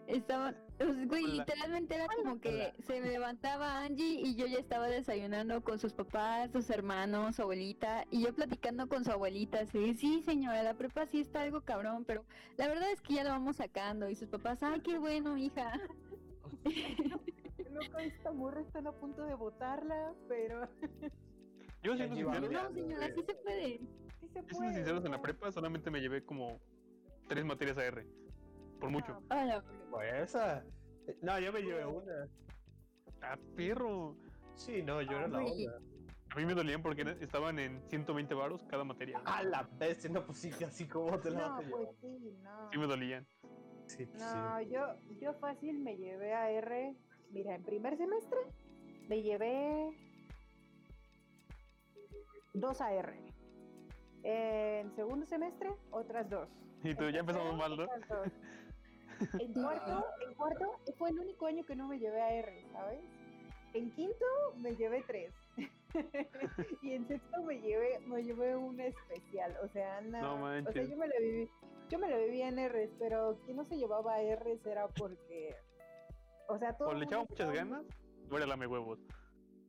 [SPEAKER 2] Estaban, pues, güey,
[SPEAKER 1] Hola.
[SPEAKER 2] literalmente era como que se me levantaba Angie y yo ya estaba desayunando con sus papás, sus hermanos, su abuelita, y yo platicando con su abuelita, así, sí señora, la prepa sí está algo cabrón, pero la verdad es que ya lo vamos sacando, y sus papás, ay, qué bueno, hija.
[SPEAKER 3] Loco, esta morra están a punto de botarla, pero
[SPEAKER 1] Yo,
[SPEAKER 4] Ya
[SPEAKER 1] siendo
[SPEAKER 4] llevaba
[SPEAKER 1] sincero,
[SPEAKER 4] ya.
[SPEAKER 2] No, señora, sí se puede.
[SPEAKER 3] sí se
[SPEAKER 1] yo siendo
[SPEAKER 3] puede.
[SPEAKER 1] sinceros, en la
[SPEAKER 3] ¿no?
[SPEAKER 1] prepa solamente me llevé como tres materias a R. Por mucho.
[SPEAKER 2] Hola,
[SPEAKER 4] Pues esa. No, yo me llevé una.
[SPEAKER 1] ¡Ah, perro!
[SPEAKER 4] Sí, no, yo era la
[SPEAKER 2] Hombre.
[SPEAKER 4] onda.
[SPEAKER 1] A mí me dolían porque era- estaban en 120 varos cada materia. güey.
[SPEAKER 4] A la bestia, no, pues sí, así como te la
[SPEAKER 3] No,
[SPEAKER 4] vas a
[SPEAKER 3] pues
[SPEAKER 4] llevar.
[SPEAKER 3] sí, no.
[SPEAKER 1] Sí me dolían.
[SPEAKER 4] Sí, pues
[SPEAKER 3] No, yo, yo fácil me llevé a R. Mira, en primer semestre me llevé dos AR. En segundo semestre, otras dos.
[SPEAKER 1] Y tú, ya empezamos mal, ¿no?
[SPEAKER 3] Otras dos. En cuarto, en cuarto fue el único año que no me llevé AR, ¿sabes? En quinto me llevé tres. y en sexto me llevé, me llevé una especial. O sea, Ana.
[SPEAKER 1] No
[SPEAKER 3] o sea,
[SPEAKER 1] manches.
[SPEAKER 3] yo me la viví, yo me la viví en R's, pero quien no se llevaba R's era porque. O sea, todo.
[SPEAKER 1] O Pues
[SPEAKER 3] el
[SPEAKER 1] le
[SPEAKER 3] mundo
[SPEAKER 1] echaba muchas
[SPEAKER 3] llevaba-
[SPEAKER 1] ganas, o era lame huevos.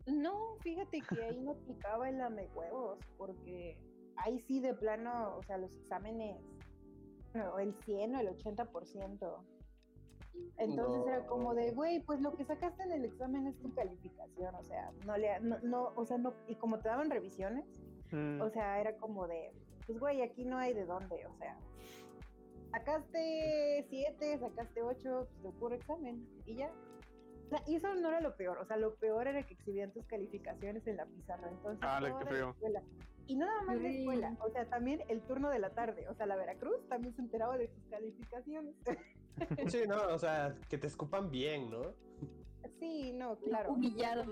[SPEAKER 3] No, fíjate que ahí no aplicaba el lamehuevos, porque ahí sí de plano, o sea, los exámenes, no, el 100 o el 80%. Entonces era como de,
[SPEAKER 4] No.
[SPEAKER 3] güey, pues lo que sacaste en el examen es tu calificación, o sea, no le, no, no, o sea, no, y como te daban revisiones,
[SPEAKER 1] Mm,
[SPEAKER 3] o sea, era como de, pues güey, aquí no hay de dónde, o sea, sacaste 7, sacaste 8, pues de puro examen, y ya. O sea, y eso no era lo peor, o sea, lo peor era que exhibían tus calificaciones en la pizarra, entonces.
[SPEAKER 1] Ah, la-
[SPEAKER 3] todo
[SPEAKER 1] qué
[SPEAKER 3] de
[SPEAKER 1] feo.
[SPEAKER 3] escuela. Y no nada más de
[SPEAKER 2] Uy.
[SPEAKER 3] escuela, o sea, también el turno de la tarde, o sea, la Veracruz también se enteraba de tus calificaciones.
[SPEAKER 4] Sí, no, o sea, que te escupan bien, ¿no?
[SPEAKER 3] sí, no, claro.
[SPEAKER 2] Humillado.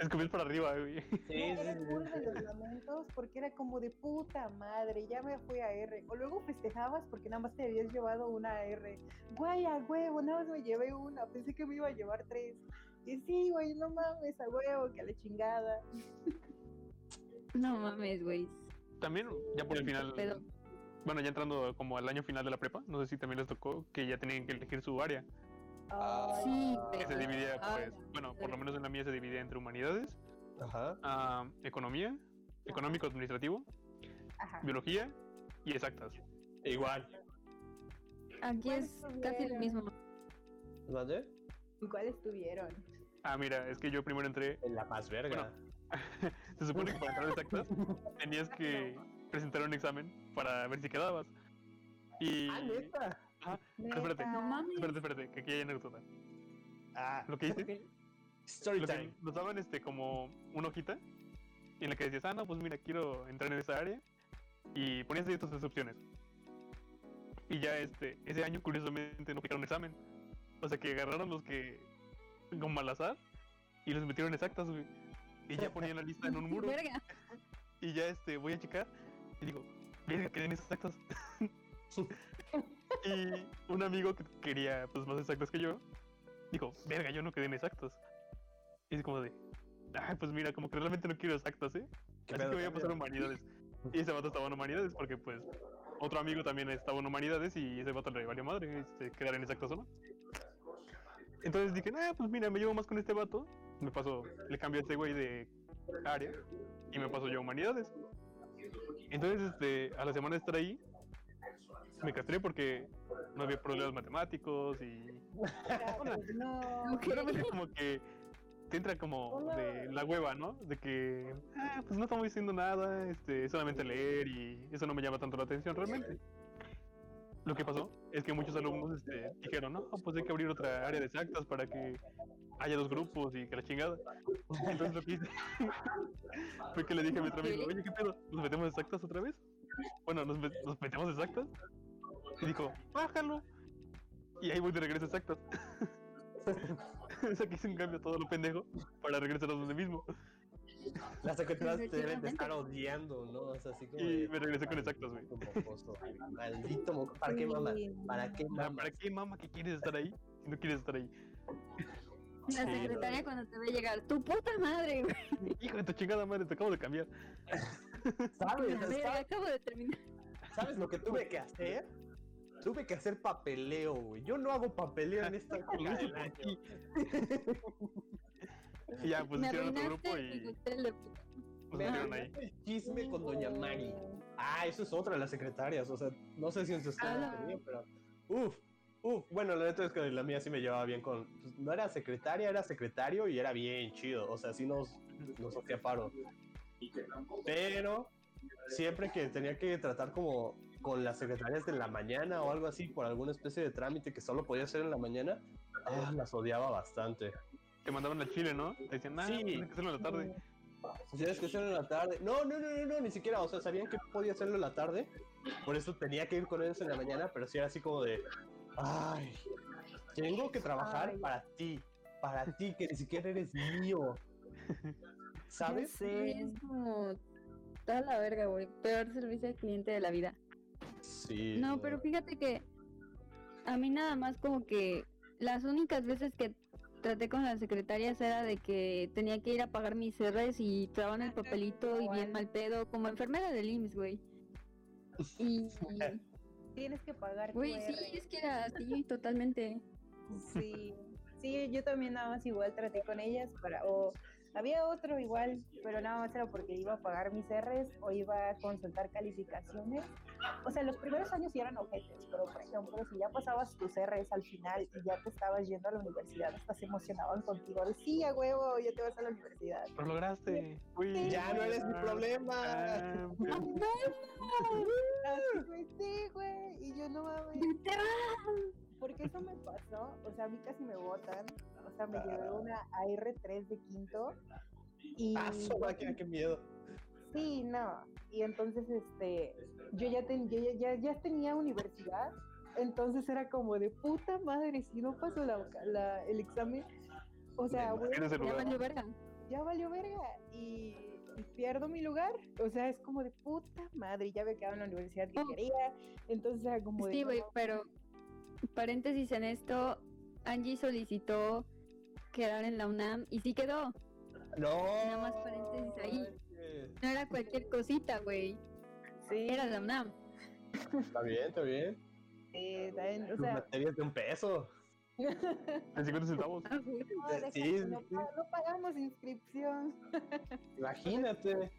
[SPEAKER 1] Escupir para arriba, güey.
[SPEAKER 4] Sí,
[SPEAKER 3] No, era uno de los lamentos porque era como de puta madre, ya me fui a R. O luego festejabas porque nada más te habías llevado una R. Güey, a huevo, nada más me llevé una, pensé que me iba a llevar tres. Y sí, güey, no mames, a huevo, que a la chingada.
[SPEAKER 2] No mames, güey.
[SPEAKER 1] También, ya por el final,
[SPEAKER 2] Pero
[SPEAKER 1] bueno, ya entrando como al año final de la prepa, no sé si también les tocó que ya tenían que elegir su área.
[SPEAKER 4] Ah,
[SPEAKER 2] sí,
[SPEAKER 1] Que se
[SPEAKER 2] Ah,
[SPEAKER 1] dividía,
[SPEAKER 2] ah,
[SPEAKER 1] pues, bueno, por lo
[SPEAKER 2] sí.
[SPEAKER 1] menos en la mía se dividía entre humanidades,
[SPEAKER 4] Ajá.
[SPEAKER 1] ah, economía, económico-administrativo,
[SPEAKER 3] Ajá.
[SPEAKER 1] biología y exactas.
[SPEAKER 4] Igual.
[SPEAKER 2] aquí
[SPEAKER 3] ¿Cuál
[SPEAKER 2] es casi lo
[SPEAKER 3] tuvieron?
[SPEAKER 2] mismo.
[SPEAKER 4] ¿Dónde?
[SPEAKER 3] ¿Y cuáles tuvieron?
[SPEAKER 1] Ah, mira, es que yo primero entré,
[SPEAKER 4] En la más verga.
[SPEAKER 1] se supone que para entrar a exactas tenías que presentar un examen para ver si quedabas. Y...
[SPEAKER 4] Ah, neta.
[SPEAKER 1] Pero espérate,
[SPEAKER 2] No mames.
[SPEAKER 1] espérate, espérate, que aquí hay anécdota.
[SPEAKER 4] Ah,
[SPEAKER 1] Lo que hice,
[SPEAKER 4] story
[SPEAKER 1] lo que
[SPEAKER 4] time.
[SPEAKER 1] nos daban este como una hojita en la que decías, ah, no, pues mira, quiero entrar en esa área. Y ponías ahí tus tres opciones. Y ya este, ese año curiosamente no aplicaron examen. O sea que agarraron los que con mal azar y los metieron en exactas, güey. Y ya ponían la lista en un muro.
[SPEAKER 2] Verga.
[SPEAKER 1] Y ya este, voy a checar y digo, verga, querían exactas. y un amigo que quería pues más exactas que yo, dijo, verga, yo no quedé en exactas. Y es como de, ay, pues mira, como que realmente no quiero exactas, ¿eh?
[SPEAKER 4] ¿Qué
[SPEAKER 1] Así
[SPEAKER 4] pedo,
[SPEAKER 1] que voy a pasar
[SPEAKER 4] Daniel?
[SPEAKER 1] humanidades. Y ese vato estaba en humanidades porque pues otro amigo también estaba en humanidades y ese vato le valió madre este, quedar en exactas o no. Entonces dije, ah, pues mira, me llevo más con este vato. Me paso, le cambio a este güey de área y me paso yo a humanidades. Entonces, este, a la semana de estar ahí, me castré porque no había problemas matemáticos y
[SPEAKER 3] Pues no.
[SPEAKER 2] Ok.
[SPEAKER 1] claramente como que te entra como de la hueva, ¿no? De que, ah, pues no estamos diciendo nada, este, es solamente leer y eso no me llama tanto la atención realmente. Lo que pasó es que muchos alumnos este, dijeron, no, pues hay que abrir otra área de exactas para que haya Ah, dos grupos y que la chingada. Entonces lo que hice fue que le dije a mi otro amigo, oye, ¿qué pedo? ¿Nos metemos exactas otra vez? Bueno, nos, met- nos metemos exactas. Y dijo, bájalo. Y ahí voy de regreso a exactas. o sea que hice un cambio todo lo pendejo para regresar a donde mismo.
[SPEAKER 4] Las secretarias te deben
[SPEAKER 2] Efectivamente.
[SPEAKER 4] de estar odiando, ¿no? O sea, así como.
[SPEAKER 1] Y
[SPEAKER 4] de-
[SPEAKER 1] me regresé con exactas, güey.
[SPEAKER 4] Mocoso, güey. Maldito mocoso. ¿Para qué mamá?
[SPEAKER 3] Sí.
[SPEAKER 4] ¿Para qué
[SPEAKER 1] O sea,
[SPEAKER 4] mamá?
[SPEAKER 1] ¿Para qué mamá que quieres estar ahí si no quieres estar ahí?
[SPEAKER 2] La
[SPEAKER 4] Sí,
[SPEAKER 2] secretaria cuando te ve llegar, tu puta madre, güey.
[SPEAKER 1] Hijo de tu chingada madre, te acabo de cambiar.
[SPEAKER 4] ¿Sabes?
[SPEAKER 2] La verga,
[SPEAKER 4] ¿Sabes?
[SPEAKER 2] acabo de terminar.
[SPEAKER 4] ¿Sabes lo que tuve que hacer? Tuve que hacer papeleo, güey. Yo no hago papeleo en esta
[SPEAKER 1] Lo
[SPEAKER 4] época
[SPEAKER 1] hice
[SPEAKER 4] del
[SPEAKER 1] por
[SPEAKER 4] año.
[SPEAKER 1] ti. Y ya, pues
[SPEAKER 2] Me
[SPEAKER 1] hicieron otro
[SPEAKER 2] arruinaste
[SPEAKER 1] grupo
[SPEAKER 2] mi
[SPEAKER 1] y
[SPEAKER 2] cóctel de puta.
[SPEAKER 1] nos
[SPEAKER 4] Me
[SPEAKER 1] metieron ahí.
[SPEAKER 4] arruinaste el chisme con Doña Mari. Ah, eso es otra de las secretarias. O sea, no sé si en su escuela
[SPEAKER 2] Ah.
[SPEAKER 4] tenía, pero. Uf, uf. Bueno, la neta es que la mía sí me llevaba bien con. pues, no era secretaria, era secretario y era bien chido. O sea, sí nos, nos hacía paro. Pero siempre que tenía que tratar como con las secretarias de la mañana o algo así por alguna especie de trámite que solo podía hacer en la mañana, ah, las odiaba bastante.
[SPEAKER 1] Te mandaban al Chile, ¿no? Te decían, ah,
[SPEAKER 4] Sí.
[SPEAKER 1] tienes que hacerlo en la tarde.
[SPEAKER 4] Tienes que hacerlo en la tarde. No, no, no, no, no, ni siquiera. O sea, sabían que podía hacerlo en la tarde. Por eso tenía que ir con ellos en la mañana, pero sí era así como de. Ay, tengo que trabajar
[SPEAKER 3] Ay.
[SPEAKER 4] para ti. Para ti, que ni siquiera eres mío. ¿Sabes?
[SPEAKER 2] Sí, es como Está la verga, güey. Peor servicio al cliente de la vida.
[SPEAKER 4] Sí.
[SPEAKER 2] No, pero fíjate que a mí nada más como que las únicas veces que traté con las secretarias era de que tenía que ir a pagar mis R's y traban el papelito y bien mal pedo, como enfermera del IMSS, güey. Y,
[SPEAKER 3] Tienes que pagar.
[SPEAKER 2] güey,
[SPEAKER 3] QR.
[SPEAKER 2] sí, es que era así totalmente.
[SPEAKER 3] Sí, sí, yo también nada más igual traté con ellas para, o había otro igual, pero nada más era porque iba a pagar mis R's o iba a consultar calificaciones. O sea, los primeros años sí eran objetos, pero por ejemplo, si ya pasabas tus R's al final y ya te estabas yendo a la universidad, hasta se emocionaban contigo. de, Sí, a huevo, ya te vas a la universidad.
[SPEAKER 1] Lo lograste. Ah, Uy,
[SPEAKER 4] Ya no eres mi
[SPEAKER 3] Ah,
[SPEAKER 4] problema.
[SPEAKER 2] Ah,
[SPEAKER 1] problema.
[SPEAKER 3] Así, güey, sí, güey, y yo no mames. Porque eso me pasó, o sea, a mí casi me botan, o sea, me llevé una AR3 de quinto y...
[SPEAKER 4] Ah, su máquina, qué miedo.
[SPEAKER 3] Sí, no. Y entonces, este, yo ya, ten- yo ya, ya, ya tenía universidad, entonces era como de puta madre, si no paso la, la- el examen, o sea,
[SPEAKER 4] De
[SPEAKER 3] güey,
[SPEAKER 1] Eres el
[SPEAKER 2] Ya
[SPEAKER 1] lugar.
[SPEAKER 2] valió verga.
[SPEAKER 3] ya valió verga y, y pierdo mi lugar. O sea, es como de puta madre, ya me quedaba en la universidad que
[SPEAKER 2] Oh.
[SPEAKER 3] quería, entonces era como de...
[SPEAKER 2] Sí,
[SPEAKER 3] no
[SPEAKER 2] güey, pero paréntesis en esto, Angie solicitó quedar en la UNAM y sí quedó.
[SPEAKER 4] No.
[SPEAKER 2] Nada más paréntesis ahí. No era cualquier cosita, güey.
[SPEAKER 3] Sí,
[SPEAKER 2] Era la UNAM.
[SPEAKER 4] Está bien, está bien.
[SPEAKER 3] sí, también, eh, o
[SPEAKER 4] Tus
[SPEAKER 3] sea,
[SPEAKER 4] materias de un peso.
[SPEAKER 1] De 50 centavos.
[SPEAKER 2] Ah, güey.
[SPEAKER 3] no,
[SPEAKER 4] Sí,
[SPEAKER 3] deja-
[SPEAKER 4] sí,
[SPEAKER 3] no
[SPEAKER 4] sí.
[SPEAKER 3] pa- no pagamos inscripción.
[SPEAKER 4] Imagínate.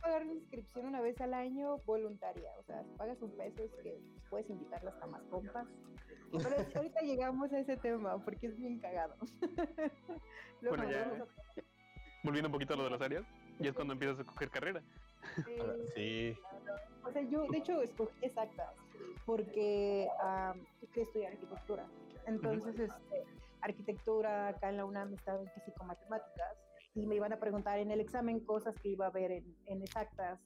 [SPEAKER 3] pagar una inscripción una vez al año voluntaria. O sea, si pagas un peso es que puedes invitarlas a más compas. Pero es- ahorita llegamos a ese tema porque es bien cagado. Luego
[SPEAKER 1] Bueno,
[SPEAKER 3] nos
[SPEAKER 1] ya. ¿eh?
[SPEAKER 3] vamos
[SPEAKER 1] Volviendo un poquito a lo de las áreas. Y es cuando empiezas a coger carrera.
[SPEAKER 3] a- eh,
[SPEAKER 4] Sí.
[SPEAKER 3] O sea, yo de hecho escogí exactas porque ah, yo quería estudiar arquitectura. Entonces, este, arquitectura acá en la UNAM estaba en físico matemáticas y me iban a preguntar en el examen cosas que iba a ver en, en exactas.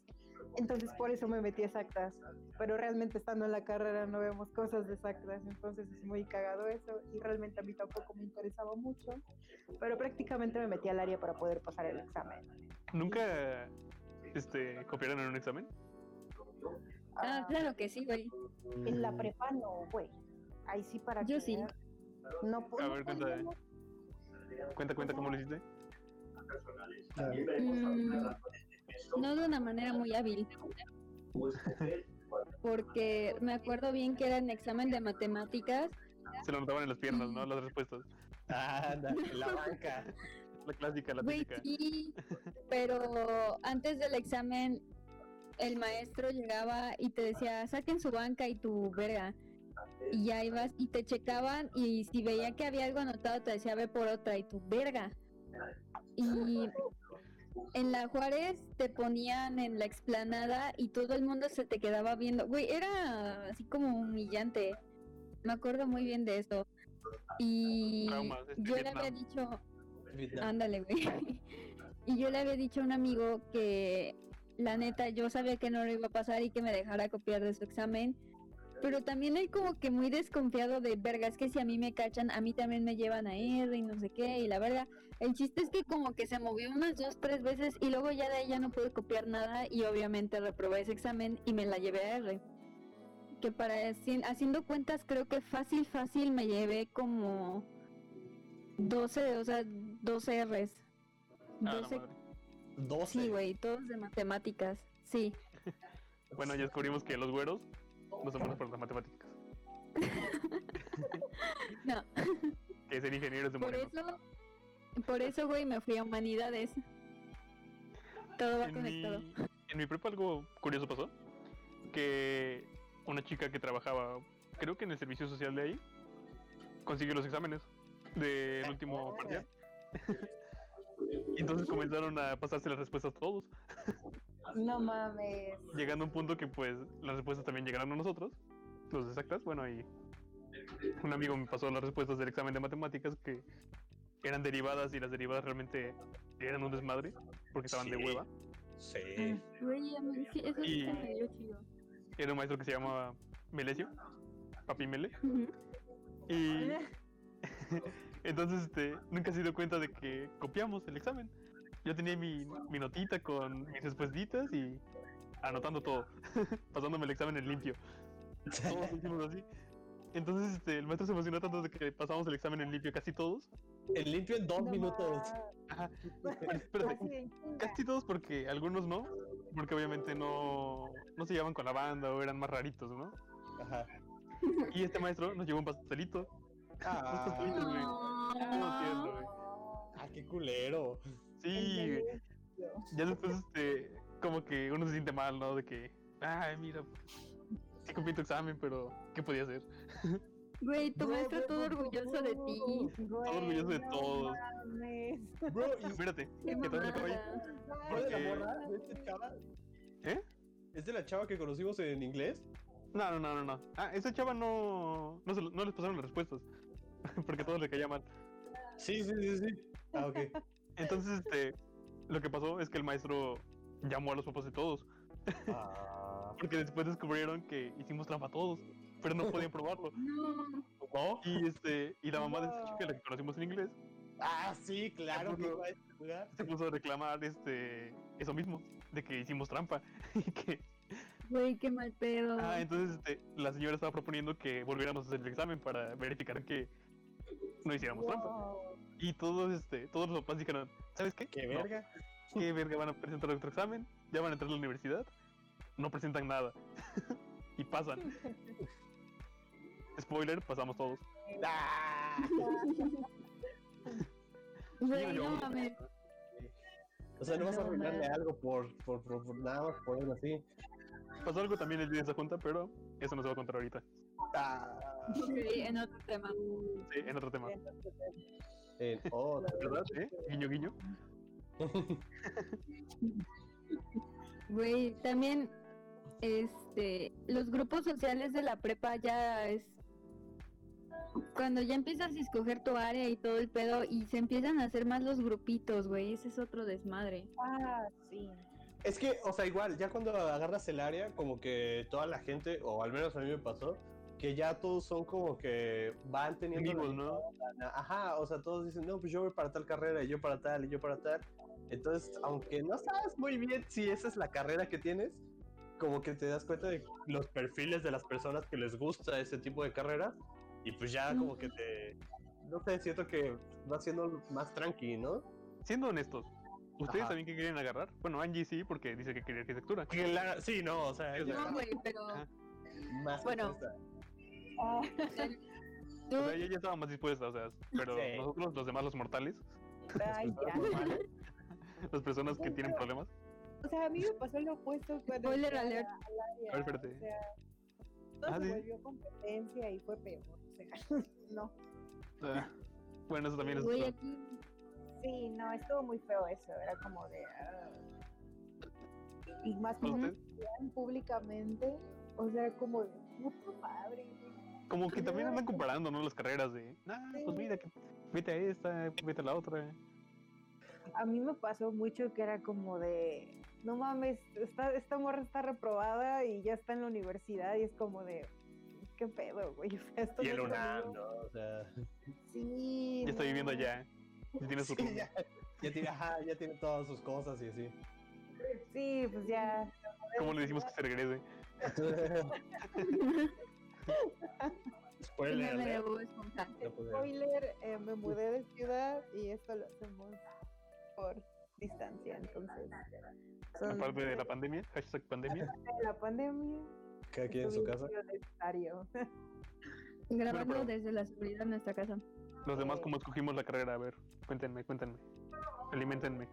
[SPEAKER 3] Entonces, por eso me metí a exactas. Pero realmente estando en la carrera no vemos cosas de exactas, entonces es muy cagado eso y realmente a mí tampoco me interesaba mucho. Pero prácticamente me metí al área para poder pasar el examen.
[SPEAKER 1] Nunca este, copiaron en un examen.
[SPEAKER 2] Ah,
[SPEAKER 3] Ah,
[SPEAKER 2] claro que sí, güey.
[SPEAKER 3] En la prepa no, güey. Ahí sí para
[SPEAKER 2] Yo
[SPEAKER 3] que
[SPEAKER 2] sí.
[SPEAKER 3] veas. No, po-
[SPEAKER 1] A
[SPEAKER 3] no
[SPEAKER 1] ver, cuéntame.
[SPEAKER 3] podíamos-
[SPEAKER 1] Cuenta, cuenta cómo lo hiciste.
[SPEAKER 2] Mm, no de una manera muy hábil. Porque me acuerdo bien que era en examen de matemáticas.
[SPEAKER 1] Se lo notaban en las piernas, ¿no? Las respuestas.
[SPEAKER 4] Anda, en la banca.
[SPEAKER 1] La clásica, la
[SPEAKER 2] Güey,
[SPEAKER 1] típica.
[SPEAKER 2] sí, pero antes del examen el maestro llegaba y te decía, saquen su banca y tu verga. Y ya ibas y te checaban y si veía que había algo anotado te decía, ve por otra y tu verga. Y en la Juárez te ponían en la explanada y todo el mundo se te quedaba viendo. Güey, era así como humillante. Me acuerdo muy bien de eso. Y
[SPEAKER 1] Traumas, este,
[SPEAKER 2] yo le
[SPEAKER 1] Vietnam.
[SPEAKER 2] había dicho,
[SPEAKER 4] Vietnam.
[SPEAKER 2] Ándale, güey. Y yo le había dicho a un amigo que la neta yo sabía que no lo iba a pasar y que me dejara copiar de su examen. Pero también él como que muy desconfiado de verga, es que si a mí me cachan, a mí también me llevan a R y no sé qué, y la verga. El chiste es que como que se movió unas dos, tres veces y luego ya de ahí ya no pude copiar nada y obviamente reprobé ese examen y me la llevé a R. Que para haci- haciendo cuentas creo que fácil, fácil me llevé como 12, o sea, 12 Rs.
[SPEAKER 1] Ah, la
[SPEAKER 2] 12,
[SPEAKER 1] madre.
[SPEAKER 4] 12.
[SPEAKER 2] sí, güey, todos de matemáticas, sí.
[SPEAKER 1] Bueno, ya descubrimos que los güeros no son buenos para las matemáticas.
[SPEAKER 2] No.
[SPEAKER 1] Que ser ingenieros de
[SPEAKER 2] Por
[SPEAKER 1] morenos.
[SPEAKER 2] eso, por eso, güey, me fui a humanidades. Todo va
[SPEAKER 1] en mi,
[SPEAKER 2] conectado.
[SPEAKER 1] en mi prepa algo curioso pasó. Que una chica que trabajaba, creo que en el servicio social de ahí, consiguió los exámenes del último parcial. Y entonces comenzaron a pasarse las respuestas todos,
[SPEAKER 3] No mames.
[SPEAKER 1] llegando a un punto que pues las respuestas también llegaron a nosotros, los exactas, bueno, y un amigo me pasó las respuestas del examen de matemáticas que eran derivadas y las derivadas realmente eran un desmadre porque estaban de
[SPEAKER 4] Sí.
[SPEAKER 1] hueva.
[SPEAKER 4] Sí.
[SPEAKER 2] Güey, a mí sí, eso sí
[SPEAKER 1] Y-
[SPEAKER 2] se me dio chido.
[SPEAKER 1] Era un maestro que se llamaba Melesio, Papi Mele.
[SPEAKER 2] Ujú.
[SPEAKER 1] Y entonces este, nunca se dio cuenta de que copiamos el examen. Yo tenía mi, mi notita con mis respuestitas y anotando todo, pasándome el examen en limpio.
[SPEAKER 2] Mm.
[SPEAKER 1] Todos lo hicimos así. Entonces este, el maestro se emocionó tanto de que pasamos el examen en limpio casi todos.
[SPEAKER 4] El limpio en dos
[SPEAKER 3] No
[SPEAKER 4] minutos.
[SPEAKER 3] más,
[SPEAKER 1] Espérate,
[SPEAKER 3] así de en chinga.
[SPEAKER 1] casi todos porque algunos no, porque obviamente no, no se llevaban con la banda o eran más raritos, ¿no?
[SPEAKER 4] Ajá.
[SPEAKER 1] Y este maestro nos llevó un pastelito.
[SPEAKER 4] Ah,
[SPEAKER 1] güey. Todo tierno, güey.
[SPEAKER 4] ah, qué culero.
[SPEAKER 1] Sí, güey. ya después, este, como que uno se siente mal, ¿no? De que, ay, mira, sí cumplí tu examen, pero ¿qué podía hacer?
[SPEAKER 2] Güey, tu
[SPEAKER 4] Bro,
[SPEAKER 2] maestro
[SPEAKER 4] bro,
[SPEAKER 2] todo
[SPEAKER 4] bro, bro,
[SPEAKER 2] orgulloso de ti.
[SPEAKER 3] Pues,
[SPEAKER 1] Todo orgulloso de todos.
[SPEAKER 3] mames.
[SPEAKER 4] Bro, y
[SPEAKER 1] Espérate,
[SPEAKER 2] Qué
[SPEAKER 1] que te el caballo.
[SPEAKER 2] mamada.
[SPEAKER 4] ¿fue
[SPEAKER 1] Porque-
[SPEAKER 4] de la morra? ¿De esta chava?
[SPEAKER 1] ¿Eh?
[SPEAKER 4] ¿Es de la chava que conocimos en inglés?
[SPEAKER 1] No, no, no, no, no. Ah, esa chava no, no, se lo- no les pasaron las respuestas, porque a todos le caía mal.
[SPEAKER 4] Sí, sí, sí, sí. Ah, ok.
[SPEAKER 1] Entonces, este, lo que pasó es que el maestro llamó a los papás de todos,
[SPEAKER 4] Ah,
[SPEAKER 1] porque después descubrieron que hicimos trampa a todos, pero no podían probarlo.
[SPEAKER 2] No,
[SPEAKER 4] ¿no?
[SPEAKER 1] Y este, y la mamá de esa chica, la que conocimos en inglés,
[SPEAKER 4] Ah, sí, claro que
[SPEAKER 1] Seguro.
[SPEAKER 4] iba a este estudiar.
[SPEAKER 1] se puso a reclamar este eso mismo, de que hicimos trampa y que
[SPEAKER 2] güey, qué mal pedo.
[SPEAKER 1] ah, entonces este, la señora estaba proponiendo que volviéramos a hacer el examen para verificar que no hiciéramos trampa.
[SPEAKER 3] Wow.
[SPEAKER 1] Y todos este, todos los papás dijeron, ¿sabes qué?
[SPEAKER 4] Qué
[SPEAKER 1] No,
[SPEAKER 4] verga.
[SPEAKER 1] qué verga van a presentar otro examen, ya van a entrar a la universidad, no presentan nada. y pasan. Spoiler, pasamos todos.
[SPEAKER 4] Ah.
[SPEAKER 2] Güey,
[SPEAKER 1] yo-
[SPEAKER 2] no mames.
[SPEAKER 4] O sea, no vas a
[SPEAKER 2] No
[SPEAKER 4] arruinarle
[SPEAKER 2] mames.
[SPEAKER 4] algo por, por, por, por nada más ponerlo así.
[SPEAKER 1] Pasó algo también el día de esa junta, pero eso no se va a contar ahorita.
[SPEAKER 4] Ah,
[SPEAKER 2] Sí, en otro tema.
[SPEAKER 1] Sí, en otro tema.
[SPEAKER 4] en otro.
[SPEAKER 1] ¿Verdad? ¿Eh? Guiño, guiño.
[SPEAKER 2] Güey, también este los grupos sociales de la prepa ya es cuando ya empiezas a escoger tu área y todo el pedo y se empiezan a hacer más los grupitos, güey, ese es otro desmadre.
[SPEAKER 3] Ah, sí.
[SPEAKER 4] Es que, o sea, igual, ya cuando agarras el área, como que toda la gente, o al menos a mí me pasó, que ya todos son como que van teniendo la
[SPEAKER 1] Amigos, ¿no?
[SPEAKER 4] Na- Ajá, o sea, todos dicen, no, pues yo voy para tal carrera, y yo para tal, y yo para tal. Entonces, aunque no sabes muy bien si esa es la carrera que tienes, como que te das cuenta de los perfiles de las personas que les gusta ese tipo de carreras, y pues ya como que te, no sé, siento que va siendo más tranqui, ¿no?
[SPEAKER 1] Siendo honestos, ¿ustedes
[SPEAKER 4] Ajá.
[SPEAKER 1] también qué quieren agarrar? Bueno, Angie sí, porque dice que quería arquitectura.
[SPEAKER 4] Claro, sí, no, o sea, es
[SPEAKER 2] No, güey, pero
[SPEAKER 1] Ajá.
[SPEAKER 4] más
[SPEAKER 2] Bueno.
[SPEAKER 4] interesante.
[SPEAKER 3] Ah,
[SPEAKER 2] tú
[SPEAKER 1] O sea, ella ya estaba más dispuesta, o sea, pero
[SPEAKER 4] Sí.
[SPEAKER 1] nosotros, los demás, los mortales,
[SPEAKER 3] ay, ya.
[SPEAKER 1] las personas que tienen problemas.
[SPEAKER 3] O sea, a mí me pasó lo opuesto cuando
[SPEAKER 2] Spoiler
[SPEAKER 3] entré a la-
[SPEAKER 2] alert.
[SPEAKER 3] al área,
[SPEAKER 1] A ver, espérate.
[SPEAKER 3] O sea, todo
[SPEAKER 1] Ah,
[SPEAKER 3] se
[SPEAKER 1] sí.
[SPEAKER 3] volvió competencia y fue peor. O sea, no.
[SPEAKER 1] Ah, Bueno, eso también es
[SPEAKER 2] güey
[SPEAKER 1] otro.
[SPEAKER 2] aquí
[SPEAKER 3] Sí, no, estuvo muy feo eso. Era como de. ah. Y más como
[SPEAKER 1] ¿Usted?
[SPEAKER 3] hablan públicamente. O sea, como de puta madre. güey.
[SPEAKER 1] Como que también
[SPEAKER 3] Yo-
[SPEAKER 1] andan comparando, ¿no? Las carreras de, ah, pues
[SPEAKER 3] Sí.
[SPEAKER 1] mira, que vete a esta, vete a la otra.
[SPEAKER 3] A mí me pasó mucho que era como de. No mames, esta, esta morra está reprobada y ya está en la universidad y es como de. ¿Qué pedo, güey? O sea, esto
[SPEAKER 4] Y
[SPEAKER 3] no
[SPEAKER 4] el
[SPEAKER 3] es
[SPEAKER 4] UNAM,
[SPEAKER 3] conmigo.
[SPEAKER 4] ¿no? O sea,
[SPEAKER 3] Sí.
[SPEAKER 1] Ya estoy viviendo
[SPEAKER 3] no.
[SPEAKER 1] allá. Ya tiene su
[SPEAKER 4] sí,
[SPEAKER 1] rumbo.
[SPEAKER 4] ya, ya tiene, ajá, ya tiene todas sus cosas y así.
[SPEAKER 3] Sí, pues ya.
[SPEAKER 1] ¿Cómo le decimos que se regrese?
[SPEAKER 2] se
[SPEAKER 4] Spoiler
[SPEAKER 2] me
[SPEAKER 4] alert.
[SPEAKER 2] grabó esponja.
[SPEAKER 4] No pude.
[SPEAKER 3] Spoiler, eh, me mudé de ciudad y esto lo hacemos por distancia, entonces. son
[SPEAKER 1] Aparte de la pandemia, hashtag pandemia.
[SPEAKER 3] de la pandemia.
[SPEAKER 4] Cada quien en su
[SPEAKER 3] estuvo
[SPEAKER 4] casa.
[SPEAKER 3] bien necesario.
[SPEAKER 2] grabando
[SPEAKER 1] pero-
[SPEAKER 2] desde la seguridad de nuestra casa.
[SPEAKER 1] Los demás, ¿cómo escogimos la carrera? A ver, cuéntenme, cuéntenme. Alimentenme.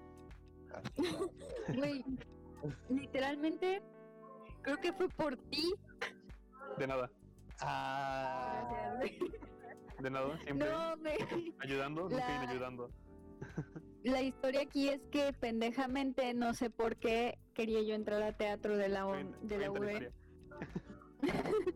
[SPEAKER 2] Güey, literalmente creo que fue por ti.
[SPEAKER 1] De nada,
[SPEAKER 4] Ah,
[SPEAKER 2] Gracias, güey.
[SPEAKER 1] de nada, siempre
[SPEAKER 2] No, güey.
[SPEAKER 1] ayudando, nunca
[SPEAKER 2] La-
[SPEAKER 1] inayudando.
[SPEAKER 2] La historia aquí es que pendejamente no sé por qué quería yo entrar a teatro de la,
[SPEAKER 1] Me
[SPEAKER 2] U-
[SPEAKER 1] encanta-
[SPEAKER 2] de
[SPEAKER 1] me
[SPEAKER 2] la
[SPEAKER 1] encanta la
[SPEAKER 2] UE.
[SPEAKER 1] historia.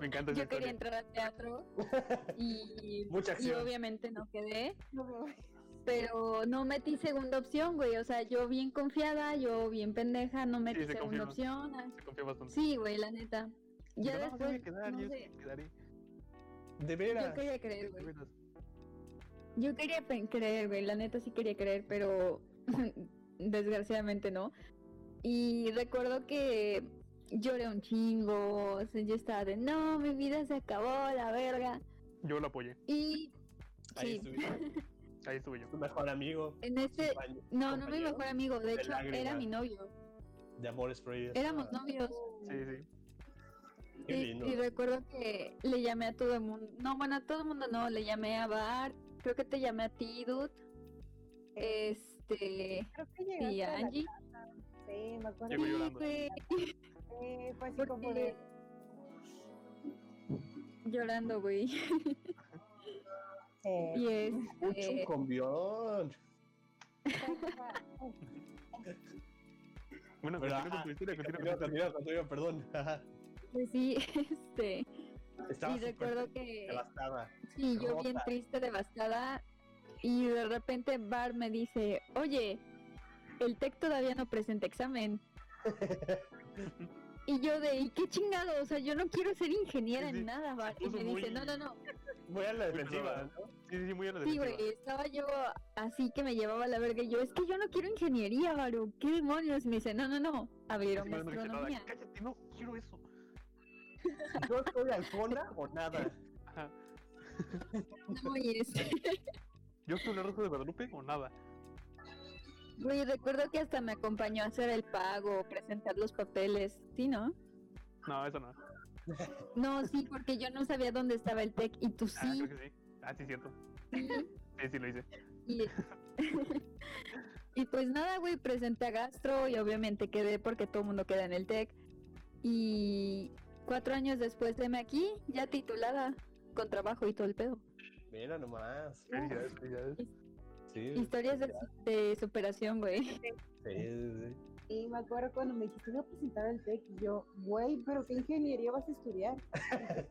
[SPEAKER 1] Me encanta esa
[SPEAKER 2] Yo
[SPEAKER 1] historia.
[SPEAKER 2] quería entrar a teatro y,
[SPEAKER 4] mucha
[SPEAKER 2] y
[SPEAKER 4] acción.
[SPEAKER 2] obviamente no quedé,
[SPEAKER 3] No mames.
[SPEAKER 2] pero no metí segunda opción, güey. O sea, yo bien confiada, yo bien pendeja, no metí
[SPEAKER 1] Sí, se
[SPEAKER 2] segunda
[SPEAKER 1] confirma.
[SPEAKER 2] opción. Ah,
[SPEAKER 1] Se confía bastante.
[SPEAKER 2] Sí, güey, la neta. Ya
[SPEAKER 1] Pero no, sí
[SPEAKER 2] después,
[SPEAKER 1] voy a quedar,
[SPEAKER 2] no
[SPEAKER 1] yo
[SPEAKER 2] sé,
[SPEAKER 1] sí quedaré.
[SPEAKER 4] De
[SPEAKER 2] yo
[SPEAKER 4] veras.
[SPEAKER 2] quería creer,
[SPEAKER 1] de
[SPEAKER 2] güey.
[SPEAKER 1] veras.
[SPEAKER 2] Yo quería pe- creer, güey, la neta sí quería creer, pero Desgraciadamente no. Y recuerdo que lloré un chingo, o sea, yo estaba de, no, mi vida se acabó, la verga.
[SPEAKER 1] Yo lo apoyé.
[SPEAKER 2] Y
[SPEAKER 4] Ahí
[SPEAKER 2] sí,
[SPEAKER 4] estuviste.
[SPEAKER 1] Ahí estuve yo.
[SPEAKER 4] Tu mejor amigo.
[SPEAKER 2] en este,
[SPEAKER 4] compañero
[SPEAKER 2] no, no mi
[SPEAKER 4] compañero
[SPEAKER 2] mejor amigo, de
[SPEAKER 4] de
[SPEAKER 2] hecho era
[SPEAKER 4] lágrimas.
[SPEAKER 2] mi novio,
[SPEAKER 4] De amores prohibidos.
[SPEAKER 2] éramos novios.
[SPEAKER 1] Sí, sí.
[SPEAKER 4] Qué
[SPEAKER 2] Sí,
[SPEAKER 4] lindo.
[SPEAKER 2] y recuerdo que le llamé a todo el mundo, no, bueno, a todo el mundo no, le llamé a Bart, creo que te llamé a ti, dude, este,
[SPEAKER 3] Creo que llegaste
[SPEAKER 2] y
[SPEAKER 3] a
[SPEAKER 2] a
[SPEAKER 3] la-
[SPEAKER 2] Angie.
[SPEAKER 3] Sí, me acuerdo.
[SPEAKER 1] Llegó
[SPEAKER 2] Sí,
[SPEAKER 1] llorando.
[SPEAKER 2] güey,
[SPEAKER 3] Sí, fue así
[SPEAKER 2] Porque-
[SPEAKER 3] como de...
[SPEAKER 2] llorando, güey.
[SPEAKER 3] eh,
[SPEAKER 2] Y
[SPEAKER 4] Mucho
[SPEAKER 2] este,
[SPEAKER 4] combión.
[SPEAKER 1] Bueno,
[SPEAKER 4] Pero,
[SPEAKER 1] continúa con
[SPEAKER 4] ah,
[SPEAKER 1] tu historia, continúa
[SPEAKER 4] Continúa,
[SPEAKER 1] con tu
[SPEAKER 4] continúa, continúa, perdón.
[SPEAKER 2] pues sí, este,
[SPEAKER 4] Estaba
[SPEAKER 2] y
[SPEAKER 4] súper
[SPEAKER 2] recuerdo que...
[SPEAKER 4] devastada.
[SPEAKER 2] Sí, yo bien
[SPEAKER 4] Rota.
[SPEAKER 2] triste, devastada. Y de repente Bar me dice, oye, el TEC todavía no presenta examen. y yo de, "¿Y qué chingado? O sea, yo no quiero ser ingeniera
[SPEAKER 1] Sí, sí,
[SPEAKER 2] en nada, Bar. Y
[SPEAKER 1] puso
[SPEAKER 2] me
[SPEAKER 1] muy-
[SPEAKER 2] dice, no, no, no.
[SPEAKER 4] Voy a la
[SPEAKER 1] Muy
[SPEAKER 4] defensiva.
[SPEAKER 1] perdón. Sí, sí, sí, muy a la
[SPEAKER 2] Sí,
[SPEAKER 1] defensiva.
[SPEAKER 2] güey, estaba yo así que me llevaba la verga. Y yo, es que yo no quiero ingeniería, Varo. ¿Qué demonios? Y me dice, no, no, no.
[SPEAKER 1] Así
[SPEAKER 2] Abrieron
[SPEAKER 1] que no dije nada.
[SPEAKER 2] gastronomía.
[SPEAKER 1] Cállate, no quiero eso.
[SPEAKER 4] ¿no? Yo estoy alfona o nada.
[SPEAKER 1] Ajá.
[SPEAKER 2] No, y este,
[SPEAKER 1] Yo soy la rosa de Guadalupe o nada.
[SPEAKER 2] Güey, recuerdo que hasta me acompañó a hacer el pago, presentar los papeles. Sí, ¿no?
[SPEAKER 1] No, eso no.
[SPEAKER 2] No, sí, porque yo no sabía dónde estaba el TEC y tú
[SPEAKER 1] Ah,
[SPEAKER 2] sí.
[SPEAKER 1] creo que sí. Ah, sí, cierto. Sí, sí, lo hice.
[SPEAKER 2] Y, y pues nada, güey, presenté a Gastro y obviamente quedé porque todo el mundo queda en el TEC. Y cuatro años después de aquí, ya titulada, con trabajo y todo el pedo.
[SPEAKER 4] Mira nomás.
[SPEAKER 1] Felicidades,
[SPEAKER 4] Sí, sí,
[SPEAKER 2] Historias de, de superación, güey.
[SPEAKER 4] sí.
[SPEAKER 3] sí, me acuerdo cuando me dijiste, voy a presentar el TEC, y yo, güey, pero ¿qué ingeniería vas a estudiar? Y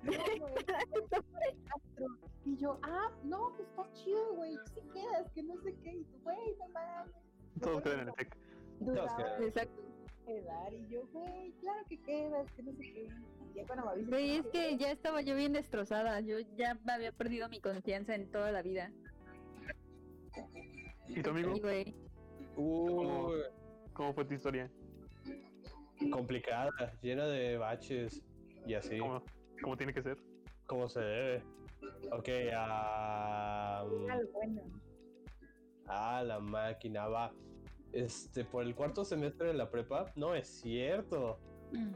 [SPEAKER 3] yo, "No, güey, astro". y yo, ah, no, pues está chido, güey, si quedas, que no sé qué, y tú, güey, no mames.
[SPEAKER 1] Todos
[SPEAKER 3] Yo
[SPEAKER 1] quedan en el tech.
[SPEAKER 3] Dudaba
[SPEAKER 4] Todos quedan.
[SPEAKER 2] Exacto.
[SPEAKER 3] quedar, y yo, güey, claro que quedas, que no sé qué. Y ya cuando me avisas,
[SPEAKER 2] Güey, es
[SPEAKER 3] "Ah,
[SPEAKER 2] que ya estaba yo bien destrozada. Yo ya me había perdido mi confianza en toda la vida.
[SPEAKER 1] ¿Y tu amigo?
[SPEAKER 2] Y, güey,
[SPEAKER 4] Uh,
[SPEAKER 1] ¿Cómo fue tu historia?
[SPEAKER 4] complicada, llena de baches y así,
[SPEAKER 1] ¿Cómo, cómo tiene que ser?
[SPEAKER 4] como se debe. Ok, ah,
[SPEAKER 3] Ah, bueno.
[SPEAKER 4] Ah, la máquina va. Este, por el cuarto semestre de la prepa, no es cierto.
[SPEAKER 2] Ah,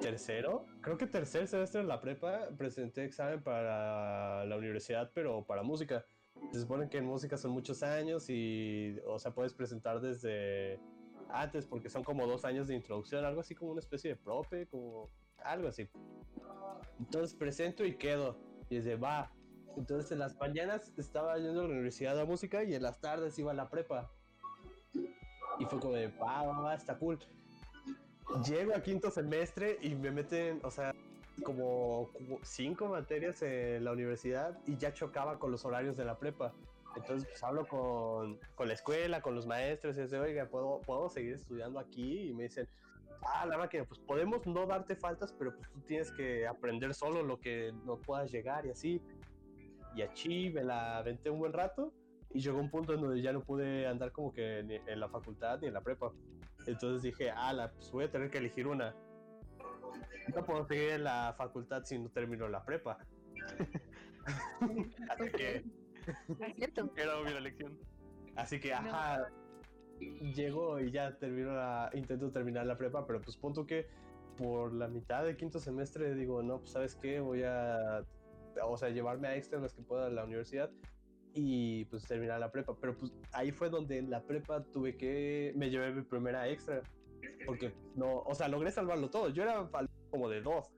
[SPEAKER 4] Tercero, creo que tercer semestre de la prepa presenté examen para la universidad, pero para música. Se supone que en música son muchos años y, o sea, puedes presentar desde antes porque son como dos años de introducción, algo así como una especie de prope, como algo así. Entonces presento y quedo. Y desde va, entonces en las mañanas estaba yendo a la universidad a música y en las tardes iba a la prepa. Y fue como de, va, va, va, está cool. Llego a quinto semestre y me meten, o sea, como cu- cinco materias en la universidad y ya chocaba con los horarios de la prepa. Entonces pues hablo con, con la escuela, con los maestros y dice, oiga, ¿puedo, ¿puedo seguir estudiando aquí? Y me dicen, ah, la máquina, pues podemos no darte faltas, pero pues tú tienes que aprender solo lo que no puedas llegar y así y achí, me la aventé un buen rato y llegó un punto en donde ya no pude andar como que ni en la facultad ni en la prepa. Entonces dije, ala, pues voy a tener que elegir una. No puedo seguir en la facultad si no termino la prepa. así que,
[SPEAKER 2] es cierto.
[SPEAKER 1] Era obvia la lección.
[SPEAKER 4] así que, ajá, llegó y ya termino la, intento terminar la prepa, pero pues punto que por la mitad del quinto semestre digo, no, pues sabes qué, voy a, o sea, llevarme a extra las que pueda a la universidad y pues terminar la prepa. Pero pues ahí fue donde en la prepa tuve que, me llevé mi primera extra, porque pues, no, o sea, logré salvarlo todo. Yo era al- como de dos.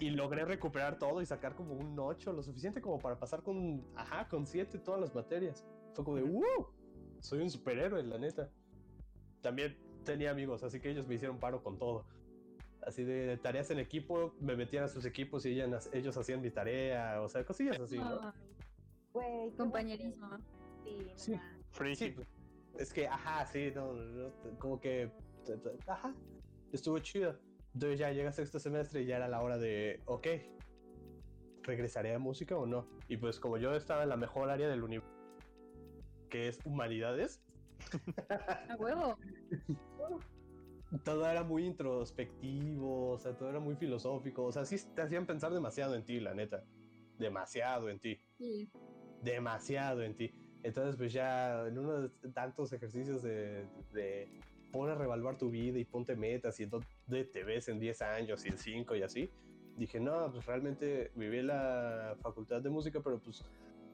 [SPEAKER 4] Y logré recuperar todo y sacar como un 8, lo suficiente como para pasar con, ajá, con 7 todas las materias. Fue como de, ¡wow! Soy un superhéroe, la neta. También tenía amigos, así que ellos me hicieron paro con todo. Así de, tareas en equipo, me metían a sus equipos y ellas- ellos hacían mi tarea, o sea, cosillas así, ¿no?
[SPEAKER 2] Ah,
[SPEAKER 3] Güey, qué
[SPEAKER 2] compañerismo.
[SPEAKER 3] bonito,
[SPEAKER 4] Sí.
[SPEAKER 3] no mames.
[SPEAKER 1] Friendship.
[SPEAKER 4] Sí, pues, es que, ajá, sí, no, no, no, como que, t- t- ajá, estuvo chido. Entonces ya llega sexto semestre y ya era la hora de, ok, ¿regresaré a música o no? Y pues como yo estaba en la mejor área del universo, que es humanidades,
[SPEAKER 2] A huevo.
[SPEAKER 4] todo era muy introspectivo, o sea, todo era muy filosófico, o sea, sí te hacían pensar demasiado en ti, la neta, demasiado en ti.
[SPEAKER 2] Sí.
[SPEAKER 4] demasiado en ti. Entonces, pues ya en uno de tantos ejercicios de, de pon a revaluar tu vida y ponte metas y en dónde te ves en 10 años y en 5 y así, dije, no, pues realmente viví la facultad de música, pero pues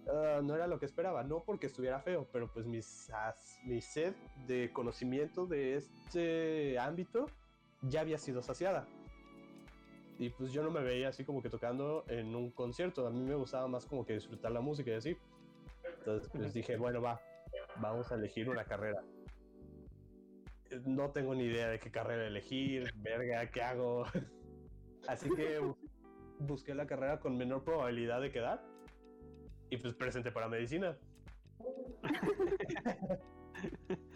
[SPEAKER 4] ah, no era lo que esperaba, no porque estuviera feo, pero pues mis, as- mi sed de conocimiento de este ámbito ya había sido saciada. Y pues yo no me veía así como que tocando en un concierto, a mí me gustaba más como que disfrutar la música y así. Entonces pues dije, bueno, va, vamos a elegir una carrera. Eh, No tengo ni idea de qué carrera elegir, verga, ¿qué hago? Así que bu- busqué la carrera con menor probabilidad de quedar y pues presenté para medicina.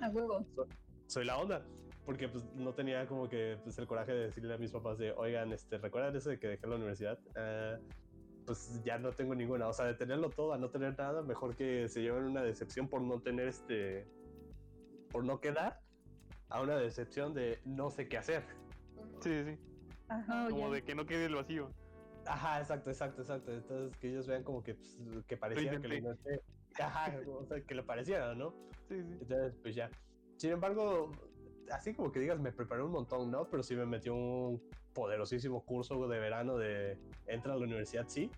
[SPEAKER 2] A huevo.
[SPEAKER 4] soy la onda. Porque pues, no tenía como que pues, el coraje de decirle a mis papás de, oigan, este, ¿recuerdan eso de que dejé la universidad? Ah, pues ya no tengo ninguna. O sea, de tenerlo todo a no tener nada, mejor que se lleven una decepción por no tener este... por no quedar a una decepción de no sé qué hacer.
[SPEAKER 1] Sí, sí, sí.
[SPEAKER 3] Ajá.
[SPEAKER 1] Ah,
[SPEAKER 2] Oh,
[SPEAKER 1] Como
[SPEAKER 2] ya.
[SPEAKER 1] de que no quede el vacío.
[SPEAKER 4] Ajá, exacto, exacto, exacto. Entonces que ellos vean como que, pues, que pareciera que lo inventé. Ajá, o sea, que lo pareciera, ¿no?
[SPEAKER 1] Sí, sí.
[SPEAKER 4] Entonces, pues ya. Sin embargo, así como que digas, me preparé un montón, ¿no? Pero sí me metió un poderosísimo curso de verano de entra a la universidad, sí.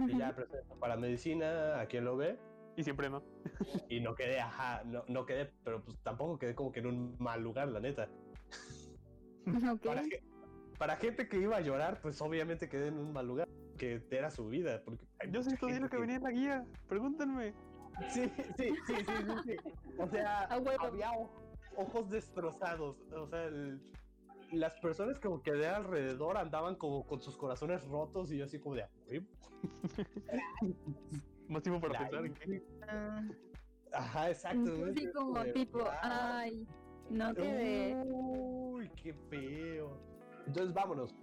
[SPEAKER 4] Y ya presento para medicina, a quien lo ve.
[SPEAKER 1] Y siempre no.
[SPEAKER 4] Y no quedé, ajá, no, no quedé, pero pues tampoco quedé como que en un mal lugar, la neta.
[SPEAKER 2] Ok.
[SPEAKER 4] Para, ge- para gente que iba a llorar, pues obviamente quedé en un mal lugar, que era su vida. Porque hay
[SPEAKER 1] Yo sí
[SPEAKER 4] mucha
[SPEAKER 1] estudié
[SPEAKER 4] gente
[SPEAKER 1] lo que venía en la guía. Pregúntenme.
[SPEAKER 4] Sí, sí, sí, sí, sí, sí. O sea,
[SPEAKER 2] A huevo.
[SPEAKER 4] había o- ojos destrozados. O sea, el- las personas como que de alrededor andaban como con sus corazones rotos y yo así como de... "Ah, güey,
[SPEAKER 1] Más tiempo para
[SPEAKER 4] la-
[SPEAKER 1] pensar en qué.
[SPEAKER 2] Ah,
[SPEAKER 4] Ajá, exacto. güey,
[SPEAKER 2] sí,
[SPEAKER 4] yo
[SPEAKER 2] como
[SPEAKER 4] Este, de,
[SPEAKER 2] tipo,
[SPEAKER 4] "Wow".
[SPEAKER 2] ay, no quedé.
[SPEAKER 4] Uy, qué feo. Entonces vámonos.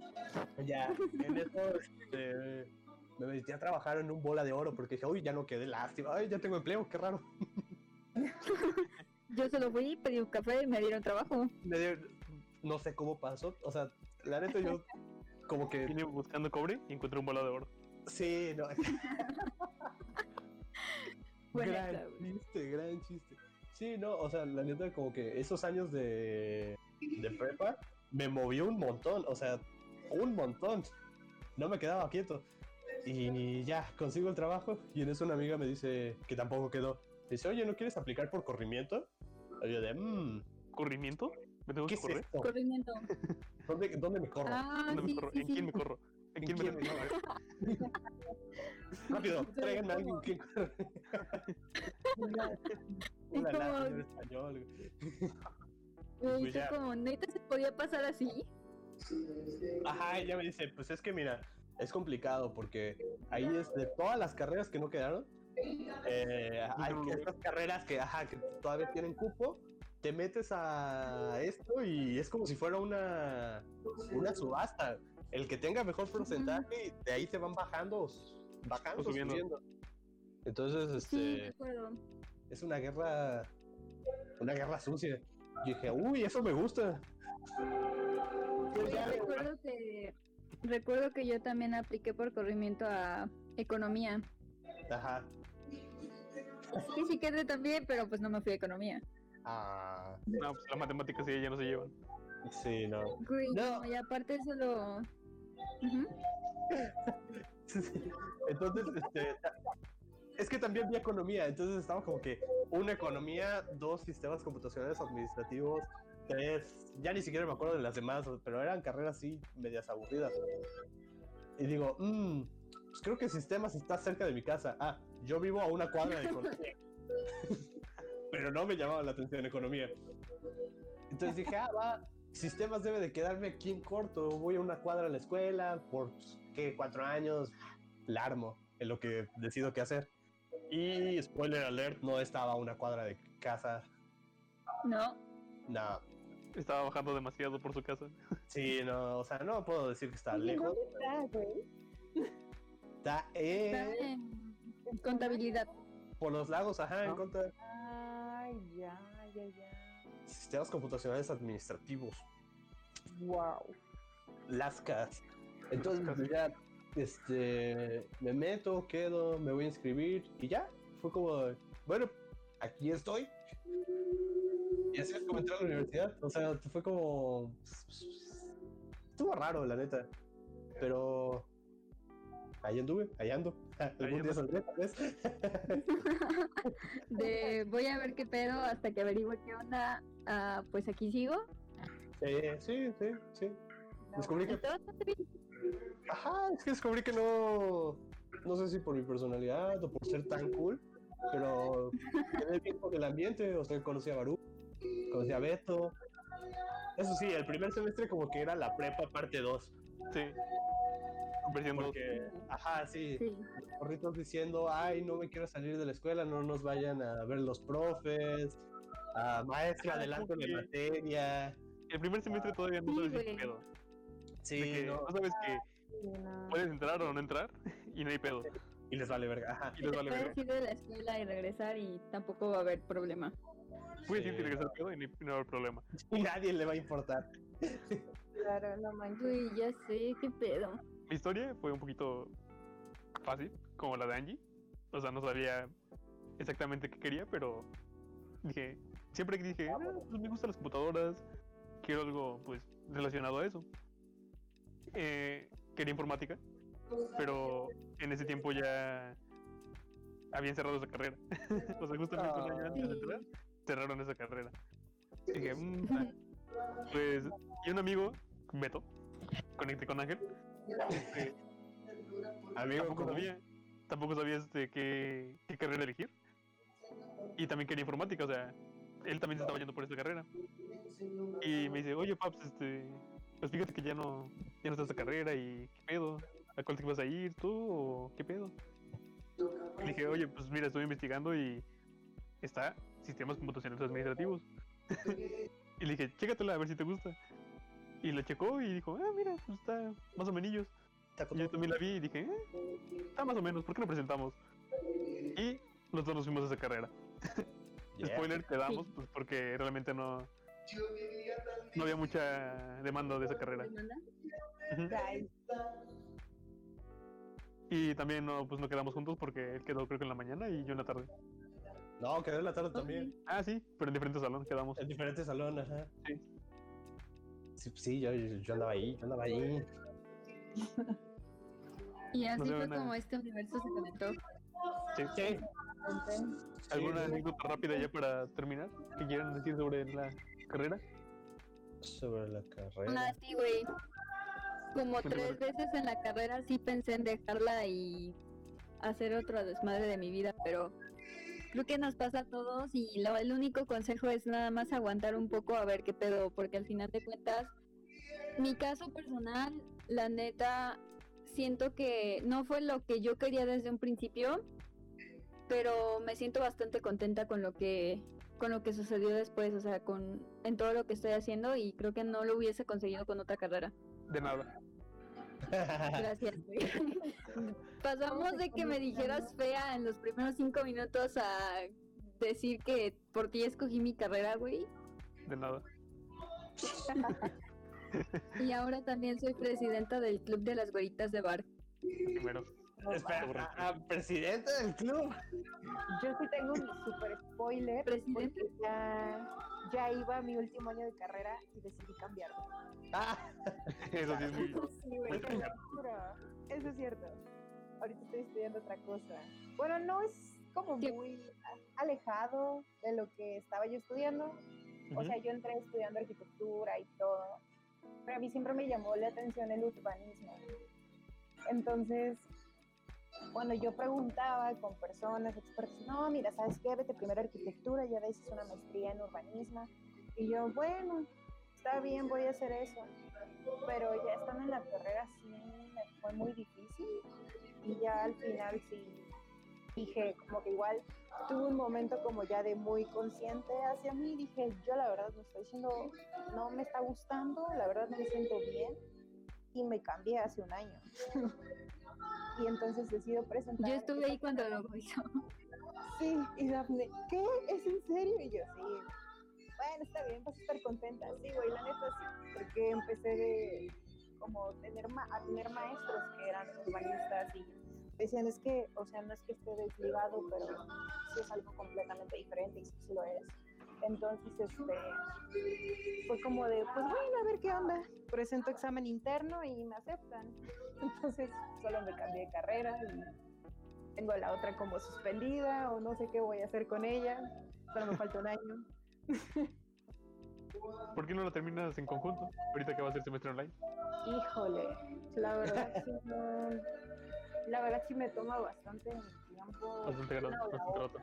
[SPEAKER 4] Ya, en eso este, me metí a trabajar en un bola de oro porque dije, uy, ya no quedé lástima. Ay, ya tengo empleo, qué raro.
[SPEAKER 2] Yo solo fui, pedí un café y me dieron trabajo.
[SPEAKER 4] Me dio- no sé cómo pasó. O sea, la neta yo como que
[SPEAKER 1] Vine buscando cobre y encontré un bola de oro.
[SPEAKER 4] Sí, no.
[SPEAKER 2] Buena
[SPEAKER 4] gran
[SPEAKER 2] esa, güey.
[SPEAKER 4] chiste, gran chiste. Sí, no, o sea, la neta, como que esos años de, de prepa me movió un montón, o sea, un montón. No me quedaba quieto. Y ya, consigo el trabajo y en eso una amiga me dice que tampoco quedó. Dice, oye, ¿no quieres aplicar por corrimiento? Y yo de, mmm,
[SPEAKER 1] ¿Corrimiento? ¿Me tengo
[SPEAKER 4] ¿qué
[SPEAKER 1] que
[SPEAKER 4] es
[SPEAKER 1] correr?
[SPEAKER 4] esto?
[SPEAKER 2] Corrimiento.
[SPEAKER 4] ¿Dónde, dónde me corro?
[SPEAKER 2] Ah,
[SPEAKER 1] ¿Dónde me
[SPEAKER 2] sí,
[SPEAKER 1] corro?
[SPEAKER 2] sí,
[SPEAKER 1] ¿En quién
[SPEAKER 2] sí.
[SPEAKER 1] me corro? ¿En quién
[SPEAKER 4] quién
[SPEAKER 1] me tengo que correr?
[SPEAKER 4] Rápido,
[SPEAKER 2] Yo
[SPEAKER 4] traigan a
[SPEAKER 2] como-
[SPEAKER 4] alguien que corra. Una- una
[SPEAKER 2] como-
[SPEAKER 4] lata en español, güey.
[SPEAKER 2] Güey,
[SPEAKER 4] Pues
[SPEAKER 2] fue
[SPEAKER 4] ya.
[SPEAKER 2] como, neta, se podía pasar así.
[SPEAKER 4] Ajá, ella me dice, pues es que mira, es complicado porque ahí es de todas las carreras que no quedaron, eh, hay que- estas carreras que, ajá, que todavía tienen cupo, te metes a esto y es como si fuera una, una subasta. El que tenga mejor porcentaje, de ahí te van bajando, bajando,
[SPEAKER 1] O subiendo.
[SPEAKER 4] subiendo. Entonces, este
[SPEAKER 2] Sí, me acuerdo.
[SPEAKER 4] es una guerra una guerra sucia y dije uy eso me gusta
[SPEAKER 2] Oye, recuerdo que recuerdo que yo también apliqué por corrimiento a economía.
[SPEAKER 4] ajá
[SPEAKER 2] Sí, sí quedé también, pero pues no me fui a economía.
[SPEAKER 4] ah,
[SPEAKER 1] No, pues las matemáticas sí, ya no se llevan.
[SPEAKER 4] sí no
[SPEAKER 2] Güey,
[SPEAKER 4] No.
[SPEAKER 2] no, y aparte solo Ujú.
[SPEAKER 4] entonces este, es que también vi economía entonces estaba como que una economía dos sistemas computacionales administrativos tres ya ni siquiera me acuerdo de las demás pero eran carreras así medias aburridas y digo "Mm, pues creo que sistemas está cerca de mi casa ah yo vivo a una cuadra de economía pero no me llamaba la atención economía entonces dije ah va sistemas debe de quedarme aquí en corto voy a una cuadra a la escuela por pues, qué cuatro años la armo en lo que decido qué hacer. Y spoiler alert, no estaba a una cuadra de casa.
[SPEAKER 2] no.
[SPEAKER 4] No,
[SPEAKER 1] Estaba bajando demasiado por su casa.
[SPEAKER 4] sí, no, o sea, no puedo decir que está
[SPEAKER 3] Oye,
[SPEAKER 4] lejos.
[SPEAKER 3] ¿Dónde está, güey?
[SPEAKER 4] Está en
[SPEAKER 1] Eh,
[SPEAKER 2] Está en contabilidad.
[SPEAKER 4] Por los lagos, ajá, en
[SPEAKER 1] ¿No?
[SPEAKER 4] contra.
[SPEAKER 3] Ay, ya, ya, ya.
[SPEAKER 4] Sistemas computacionales administrativos.
[SPEAKER 3] Wow.
[SPEAKER 4] Lascas. Entonces pues, ya, este, me meto, quedo, me voy a inscribir y ya. Fue como, bueno, aquí estoy. Y así es como entré a la universidad. O sea, fue como, estuvo raro, la neta. Pero ahí anduve, ahí ando. Algún día
[SPEAKER 1] andas.
[SPEAKER 4] saldré, tal vez.
[SPEAKER 2] De voy a ver qué pedo hasta que averigüe qué onda. ah, pues aquí sigo.
[SPEAKER 4] Eh, sí, sí, sí. Descubrí que
[SPEAKER 2] Entonces, bien,
[SPEAKER 4] Ajá, es que descubrí que no. No sé si por mi personalidad o por ser tan cool, pero quedé bien con el ambiente. O sea, conocí a Barú, conocí a Beto. Eso sí, el primer semestre como que era la prepa parte 2.
[SPEAKER 1] Sí. Versión dos.
[SPEAKER 4] Porque, ajá, sí,
[SPEAKER 2] sí.
[SPEAKER 4] morritos diciendo, ay, no me quiero salir de la escuela, no nos vayan a ver los profes, a maestra,
[SPEAKER 1] Ajá,
[SPEAKER 4] adelante
[SPEAKER 1] como
[SPEAKER 4] la
[SPEAKER 1] que-
[SPEAKER 4] materia.
[SPEAKER 1] El primer semestre todavía no
[SPEAKER 2] Sí,
[SPEAKER 1] sabes ni qué
[SPEAKER 2] güey.
[SPEAKER 1] pedo.
[SPEAKER 4] Ah, Sí,
[SPEAKER 1] De que
[SPEAKER 4] no,
[SPEAKER 1] no sabes que
[SPEAKER 3] Una-
[SPEAKER 1] puedes entrar o no entrar y no hay pedo.
[SPEAKER 4] y les vale verga. Ajá.
[SPEAKER 1] Y les vale verga.
[SPEAKER 2] Puedes ir de la escuela y regresar y tampoco va a haber problema.
[SPEAKER 1] Puedes
[SPEAKER 4] Sí,
[SPEAKER 1] irte y regresar pedo y no hay- no hay problema.
[SPEAKER 4] Y nadie le va a importar.
[SPEAKER 3] Claro, no manches.
[SPEAKER 2] Uy, ya sé, qué pedo.
[SPEAKER 1] Mi historia fue un poquito fácil, como la de Angie. O sea, no sabía exactamente qué quería, pero dije, siempre que dije, "Ah, pues me gustan las computadoras, quiero algo pues relacionado a eso. Eh, quería informática, pero en ese tiempo ya habían cerrado esa carrera. o sea, justamente un año antes de
[SPEAKER 2] Sí.
[SPEAKER 1] entrar, cerraron esa carrera. Dije, "Mm, ta". pues, y un amigo, Beto, conecté con Ángel. este,
[SPEAKER 4] Amigo,
[SPEAKER 1] tampoco
[SPEAKER 4] como-
[SPEAKER 1] sabía, tampoco sabía este, qué, qué carrera elegir. Y también quería informática, o sea, él también se estaba yendo por esa carrera. Y me dice, oye, Paps, este, pues fíjate que ya no, ya no está esa carrera y qué pedo, ¿a cuál te vas a ir tú o qué pedo? Le dije, oye, pues mira, estoy investigando y está sistemas computacionales administrativos. y le dije, chécatela a ver si te gusta. Y la checó y dijo, ah, mira, pues está más o menos. Y yo también la vi y dije, "Eh, está más o menos, ¿por qué no presentamos? Y los dos nos fuimos a esa carrera.
[SPEAKER 4] Yeah.
[SPEAKER 1] Spoiler, quedamos, pues porque realmente no, no había mucha demanda de esa carrera.
[SPEAKER 2] ¿Demanda?
[SPEAKER 1] Ujú.
[SPEAKER 3] Ay,
[SPEAKER 1] Y también no, pues no quedamos juntos porque él quedó creo que en la mañana y yo en la tarde.
[SPEAKER 4] No, quedé en la tarde también.
[SPEAKER 1] Ah, sí, pero en diferentes salón quedamos.
[SPEAKER 4] En diferentes salones, ajá.
[SPEAKER 1] Sí.
[SPEAKER 4] Sí, sí, yo, yo- yo andaba ahí, yo andaba ahí.
[SPEAKER 2] Y así
[SPEAKER 1] No se ve
[SPEAKER 2] fue
[SPEAKER 1] nada.
[SPEAKER 2] como este universo se conectó.
[SPEAKER 1] Sí.
[SPEAKER 3] contenta.
[SPEAKER 1] ¿Alguna
[SPEAKER 4] Sí.
[SPEAKER 1] anécdota rápida ya para terminar que quieran decir sobre la carrera?
[SPEAKER 4] Sobre la
[SPEAKER 2] Ah,
[SPEAKER 4] carrera.
[SPEAKER 2] sí, güey. Como
[SPEAKER 1] Cuéntame.
[SPEAKER 2] tres veces en la carrera sí pensé en dejarla y hacer otro desmadre de mi vida, pero creo que nos pasa a todos y lo- el único consejo es nada más aguantar un poco a ver qué pedo, porque al final de cuentas, mi caso personal, la neta, siento que no fue lo que yo quería desde un principio, pero me siento bastante contenta con lo que con lo que sucedió después, o sea, con en todo lo que estoy haciendo y creo que no lo hubiese conseguido con otra carrera.
[SPEAKER 1] De nada.
[SPEAKER 2] Gracias. güey. Pasamos de que me dijeras fea en los primeros cinco minutos a decir que por ti escogí mi carrera, güey.
[SPEAKER 1] De nada.
[SPEAKER 2] Y ahora también soy presidenta del club de las güeritas de bar.
[SPEAKER 1] Primero.
[SPEAKER 4] Espera, ¿a- a presidente del club.
[SPEAKER 3] Yo sí tengo un super spoiler.
[SPEAKER 2] Presidente.
[SPEAKER 3] porque Ya, ya iba a mi último año de carrera y decidí cambiarme.
[SPEAKER 4] Ah,
[SPEAKER 1] Eso sí es muy.
[SPEAKER 3] güey, te lo juro. Eso es cierto. Ahorita estoy estudiando otra cosa. Bueno, no es como
[SPEAKER 2] Sí.
[SPEAKER 3] muy alejado de lo que estaba yo estudiando. O sea, yo entré estudiando arquitectura y todo. Pero a mí siempre me llamó la atención el urbanismo. Entonces, cuando yo preguntaba con personas, expertos, no, mira, ¿sabes qué? Vete primero a arquitectura, ya ves, es una maestría en urbanismo. Y yo, bueno, está bien, voy a hacer eso. Pero ya estando en la carrera, sí, me fue muy difícil. Y ya al final, sí, dije, como que igual tuve un momento como ya de muy consciente hacia mí, dije, yo la verdad me estoy diciendo, no me está gustando, la verdad no me siento bien y me cambié hace un año. y entonces decido presentar.
[SPEAKER 2] Yo estuve ahí
[SPEAKER 3] esa-
[SPEAKER 2] cuando lo hizo.
[SPEAKER 3] sí. Y Dafne, ¿qué? ¿Es en serio? Y yo, sí. Bueno, está bien, vas a estar contenta. Sí, güey, la neta sí. Porque empecé de, como tener ma- a tener maestros que eran urbanistas y decían, es que, o sea, no es que esté deslivado, pero sí es algo completamente diferente y sí, sí lo es. Entonces, este, fue como de, pues bueno, a ver qué onda. Presento examen interno y me aceptan. Entonces, solo me cambié de carrera y tengo la otra como suspendida o no sé qué voy a hacer con ella. Solo me falta un año.
[SPEAKER 1] ¿Por qué no lo terminas en conjunto? Ahorita que va a ser semestre online.
[SPEAKER 3] Híjole, la verdad sí no- La verdad sí me toma bastante tiempo.
[SPEAKER 1] Bastante
[SPEAKER 3] una
[SPEAKER 1] grato,
[SPEAKER 3] o la
[SPEAKER 1] bastante grato.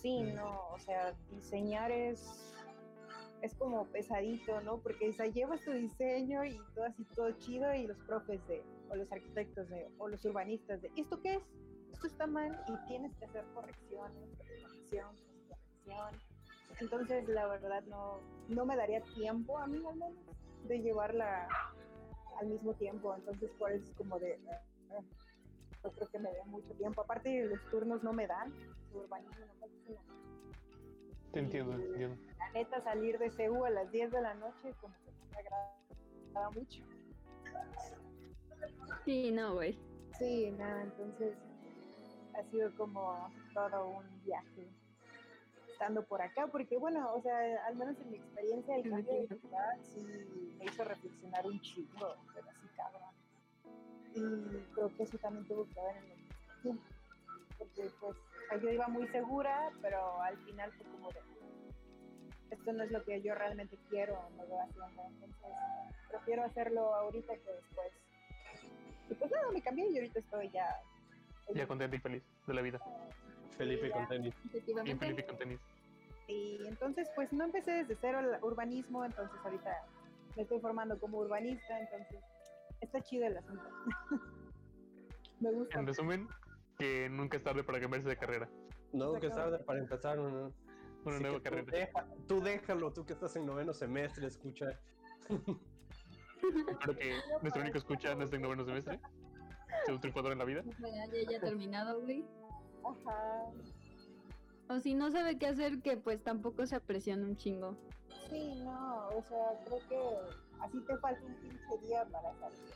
[SPEAKER 3] Sí, no, o sea, diseñar es es como pesadito, ¿no? Porque o sea, llevas tu diseño y todo así todo chido y los profes de o los arquitectos de o los urbanistas de ¿esto qué es? Esto está mal y tienes que hacer correcciones, corrección, corrección. Entonces, la verdad no no me daría tiempo a mí al menos de llevarla al mismo tiempo, entonces por eso es como de eh, no creo que me dé mucho tiempo. Aparte, los turnos no me dan. el urbanismo no me dan.
[SPEAKER 1] Te entiendo, te entiendo.
[SPEAKER 3] La neta, salir de CU a las 10 de la noche, como que no me agrada mucho.
[SPEAKER 2] Sí, no, güey.
[SPEAKER 3] Sí, nada, entonces ha sido como todo un viaje estando por acá, porque bueno, o sea, al menos en mi experiencia, el cambio de ciudad sí me hizo reflexionar un chingo, pero así cabrón. Y creo que eso también tuvo que ver en lo que escogí, porque pues o sea, yo iba muy segura, pero al final fue como de, esto no es lo que yo realmente quiero, no lo haciendo, entonces prefiero hacerlo ahorita que después. Y pues nada, me cambié y ahorita estoy ya.
[SPEAKER 1] Ya contenta y feliz de la vida.
[SPEAKER 4] Felipe
[SPEAKER 3] ya.
[SPEAKER 4] con tenis.
[SPEAKER 1] Bien
[SPEAKER 2] Efectivamente.
[SPEAKER 1] Felipe con tenis.
[SPEAKER 3] Y entonces, pues no empecé desde cero el urbanismo, entonces ahorita me estoy formando como urbanista, entonces está chido el asunto. me gusta.
[SPEAKER 1] En resumen, que nunca es tarde para cambiarse de carrera.
[SPEAKER 4] No, que es
[SPEAKER 3] Exactamente.
[SPEAKER 4] tarde para empezar un-
[SPEAKER 1] Una nueva
[SPEAKER 4] así que tú
[SPEAKER 1] carrera.
[SPEAKER 4] deja- tú déjalo, tú que estás en noveno semestre, escucha.
[SPEAKER 1] Espero que nuestro único escucha no esté en noveno semestre. Sea un triunfador en la vida.
[SPEAKER 2] Ya, ya, ya terminado, güey.
[SPEAKER 3] Ajá.
[SPEAKER 2] O si no sabe qué hacer, que pues tampoco se aprecian un chingo.
[SPEAKER 3] Sí, no, o sea, creo que así te falta un pinche día para salir.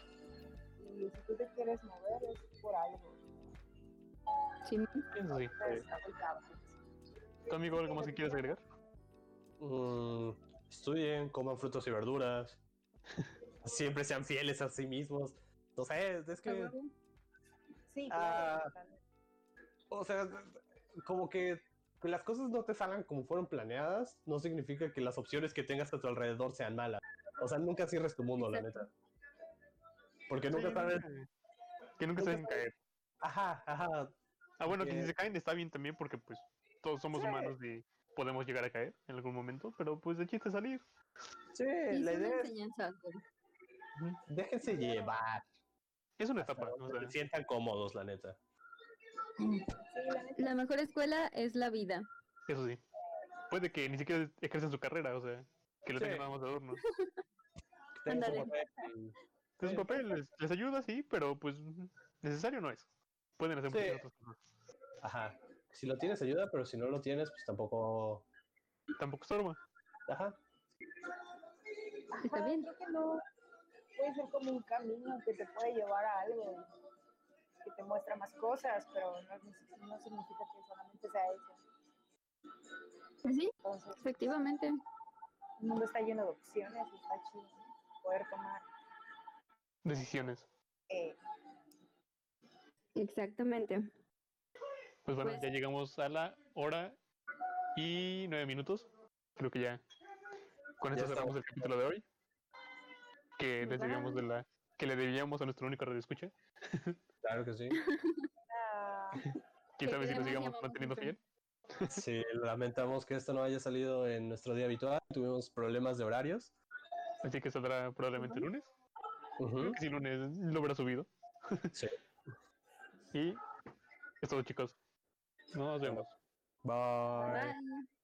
[SPEAKER 3] Y si tú te quieres mover es por algo.
[SPEAKER 2] Sí,
[SPEAKER 1] Eso sí.
[SPEAKER 3] Entonces, está muy cabrón.
[SPEAKER 1] ¿Tu amigo algo más que quieras agregar?
[SPEAKER 4] Mm, estudien, coman frutas y verduras. Siempre sean fieles a sí mismos. No sé, es que,
[SPEAKER 3] Sí, claro.
[SPEAKER 4] Ah. o sea, como que que las cosas no te salgan como fueron planeadas, no significa que las opciones que tengas a tu alrededor sean malas. O sea, nunca cierres tu mundo, la neta. Porque nunca sabes.
[SPEAKER 1] Que nunca se dejen
[SPEAKER 4] Nunca
[SPEAKER 1] caer.
[SPEAKER 4] Ajá, ajá.
[SPEAKER 1] Ah, bueno, que si
[SPEAKER 4] Porque-
[SPEAKER 1] se caen está bien también porque pues todos somos
[SPEAKER 4] Sí.
[SPEAKER 1] humanos y podemos llegar a caer en algún momento, pero pues de chiste salir.
[SPEAKER 4] Sí,
[SPEAKER 2] sí,
[SPEAKER 4] la
[SPEAKER 2] son
[SPEAKER 4] idea es
[SPEAKER 2] enseñanzas, güey.
[SPEAKER 4] déjense llevar.
[SPEAKER 1] Es una
[SPEAKER 4] hasta
[SPEAKER 1] etapa. ¿no? O
[SPEAKER 4] donde
[SPEAKER 1] sea,
[SPEAKER 4] Se sientan cómodos, la neta.
[SPEAKER 3] Sí, la neta,
[SPEAKER 2] La mejor escuela es la vida.
[SPEAKER 1] eso sí. Puede que ni siquiera ejercen su carrera, o sea, que lo
[SPEAKER 4] Sí.
[SPEAKER 1] tengan nada más de adorno.
[SPEAKER 4] Que tengan su
[SPEAKER 2] Ándale.
[SPEAKER 4] papel.
[SPEAKER 1] Es
[SPEAKER 4] Sí.
[SPEAKER 1] un Pues, papel, les, les ayuda, sí, pero pues necesario no es. Pueden hacer
[SPEAKER 4] Sí.
[SPEAKER 1] muchas otras cosas.
[SPEAKER 4] Ajá. Si lo tienes, ayuda, pero si no lo tienes, pues tampoco.
[SPEAKER 1] Tampoco estorba.
[SPEAKER 4] Ajá.
[SPEAKER 2] Está
[SPEAKER 3] Ajá,
[SPEAKER 2] bien.
[SPEAKER 3] Creo que no puede ser como un camino que te puede llevar a algo, que te muestra más cosas, pero no, es- no significa que solamente sea eso.
[SPEAKER 2] Pues sí,
[SPEAKER 3] Entonces,
[SPEAKER 2] efectivamente.
[SPEAKER 3] el mundo está lleno de opciones y está chido poder tomar.
[SPEAKER 1] Decisiones.
[SPEAKER 3] eh,
[SPEAKER 2] Exactamente.
[SPEAKER 1] Pues bueno,
[SPEAKER 2] Pues-
[SPEAKER 1] ya llegamos a la hora y nueve minutos. Creo que ya con
[SPEAKER 4] Ya
[SPEAKER 1] esto cerramos
[SPEAKER 4] estamos.
[SPEAKER 1] el capítulo de hoy.
[SPEAKER 2] Pues
[SPEAKER 1] Que le debíamos de la que le debíamos a nuestro único radio escucha.
[SPEAKER 4] Claro que sí.
[SPEAKER 3] una-
[SPEAKER 1] Quién
[SPEAKER 2] Que
[SPEAKER 1] sabe si nos
[SPEAKER 2] queremos y
[SPEAKER 1] sigamos
[SPEAKER 2] amamos
[SPEAKER 1] manteniendo
[SPEAKER 2] mucho.
[SPEAKER 1] fiel.
[SPEAKER 4] Sí, lamentamos que esto no haya salido en nuestro día habitual. Tuvimos problemas de horarios.
[SPEAKER 1] Así que saldrá probablemente el lunes. Creo
[SPEAKER 4] Ujú.
[SPEAKER 1] que si el lunes lo habrá subido.
[SPEAKER 4] Sí.
[SPEAKER 1] Y es todo, chicos. Nos vemos.
[SPEAKER 4] Bye.
[SPEAKER 2] Bye.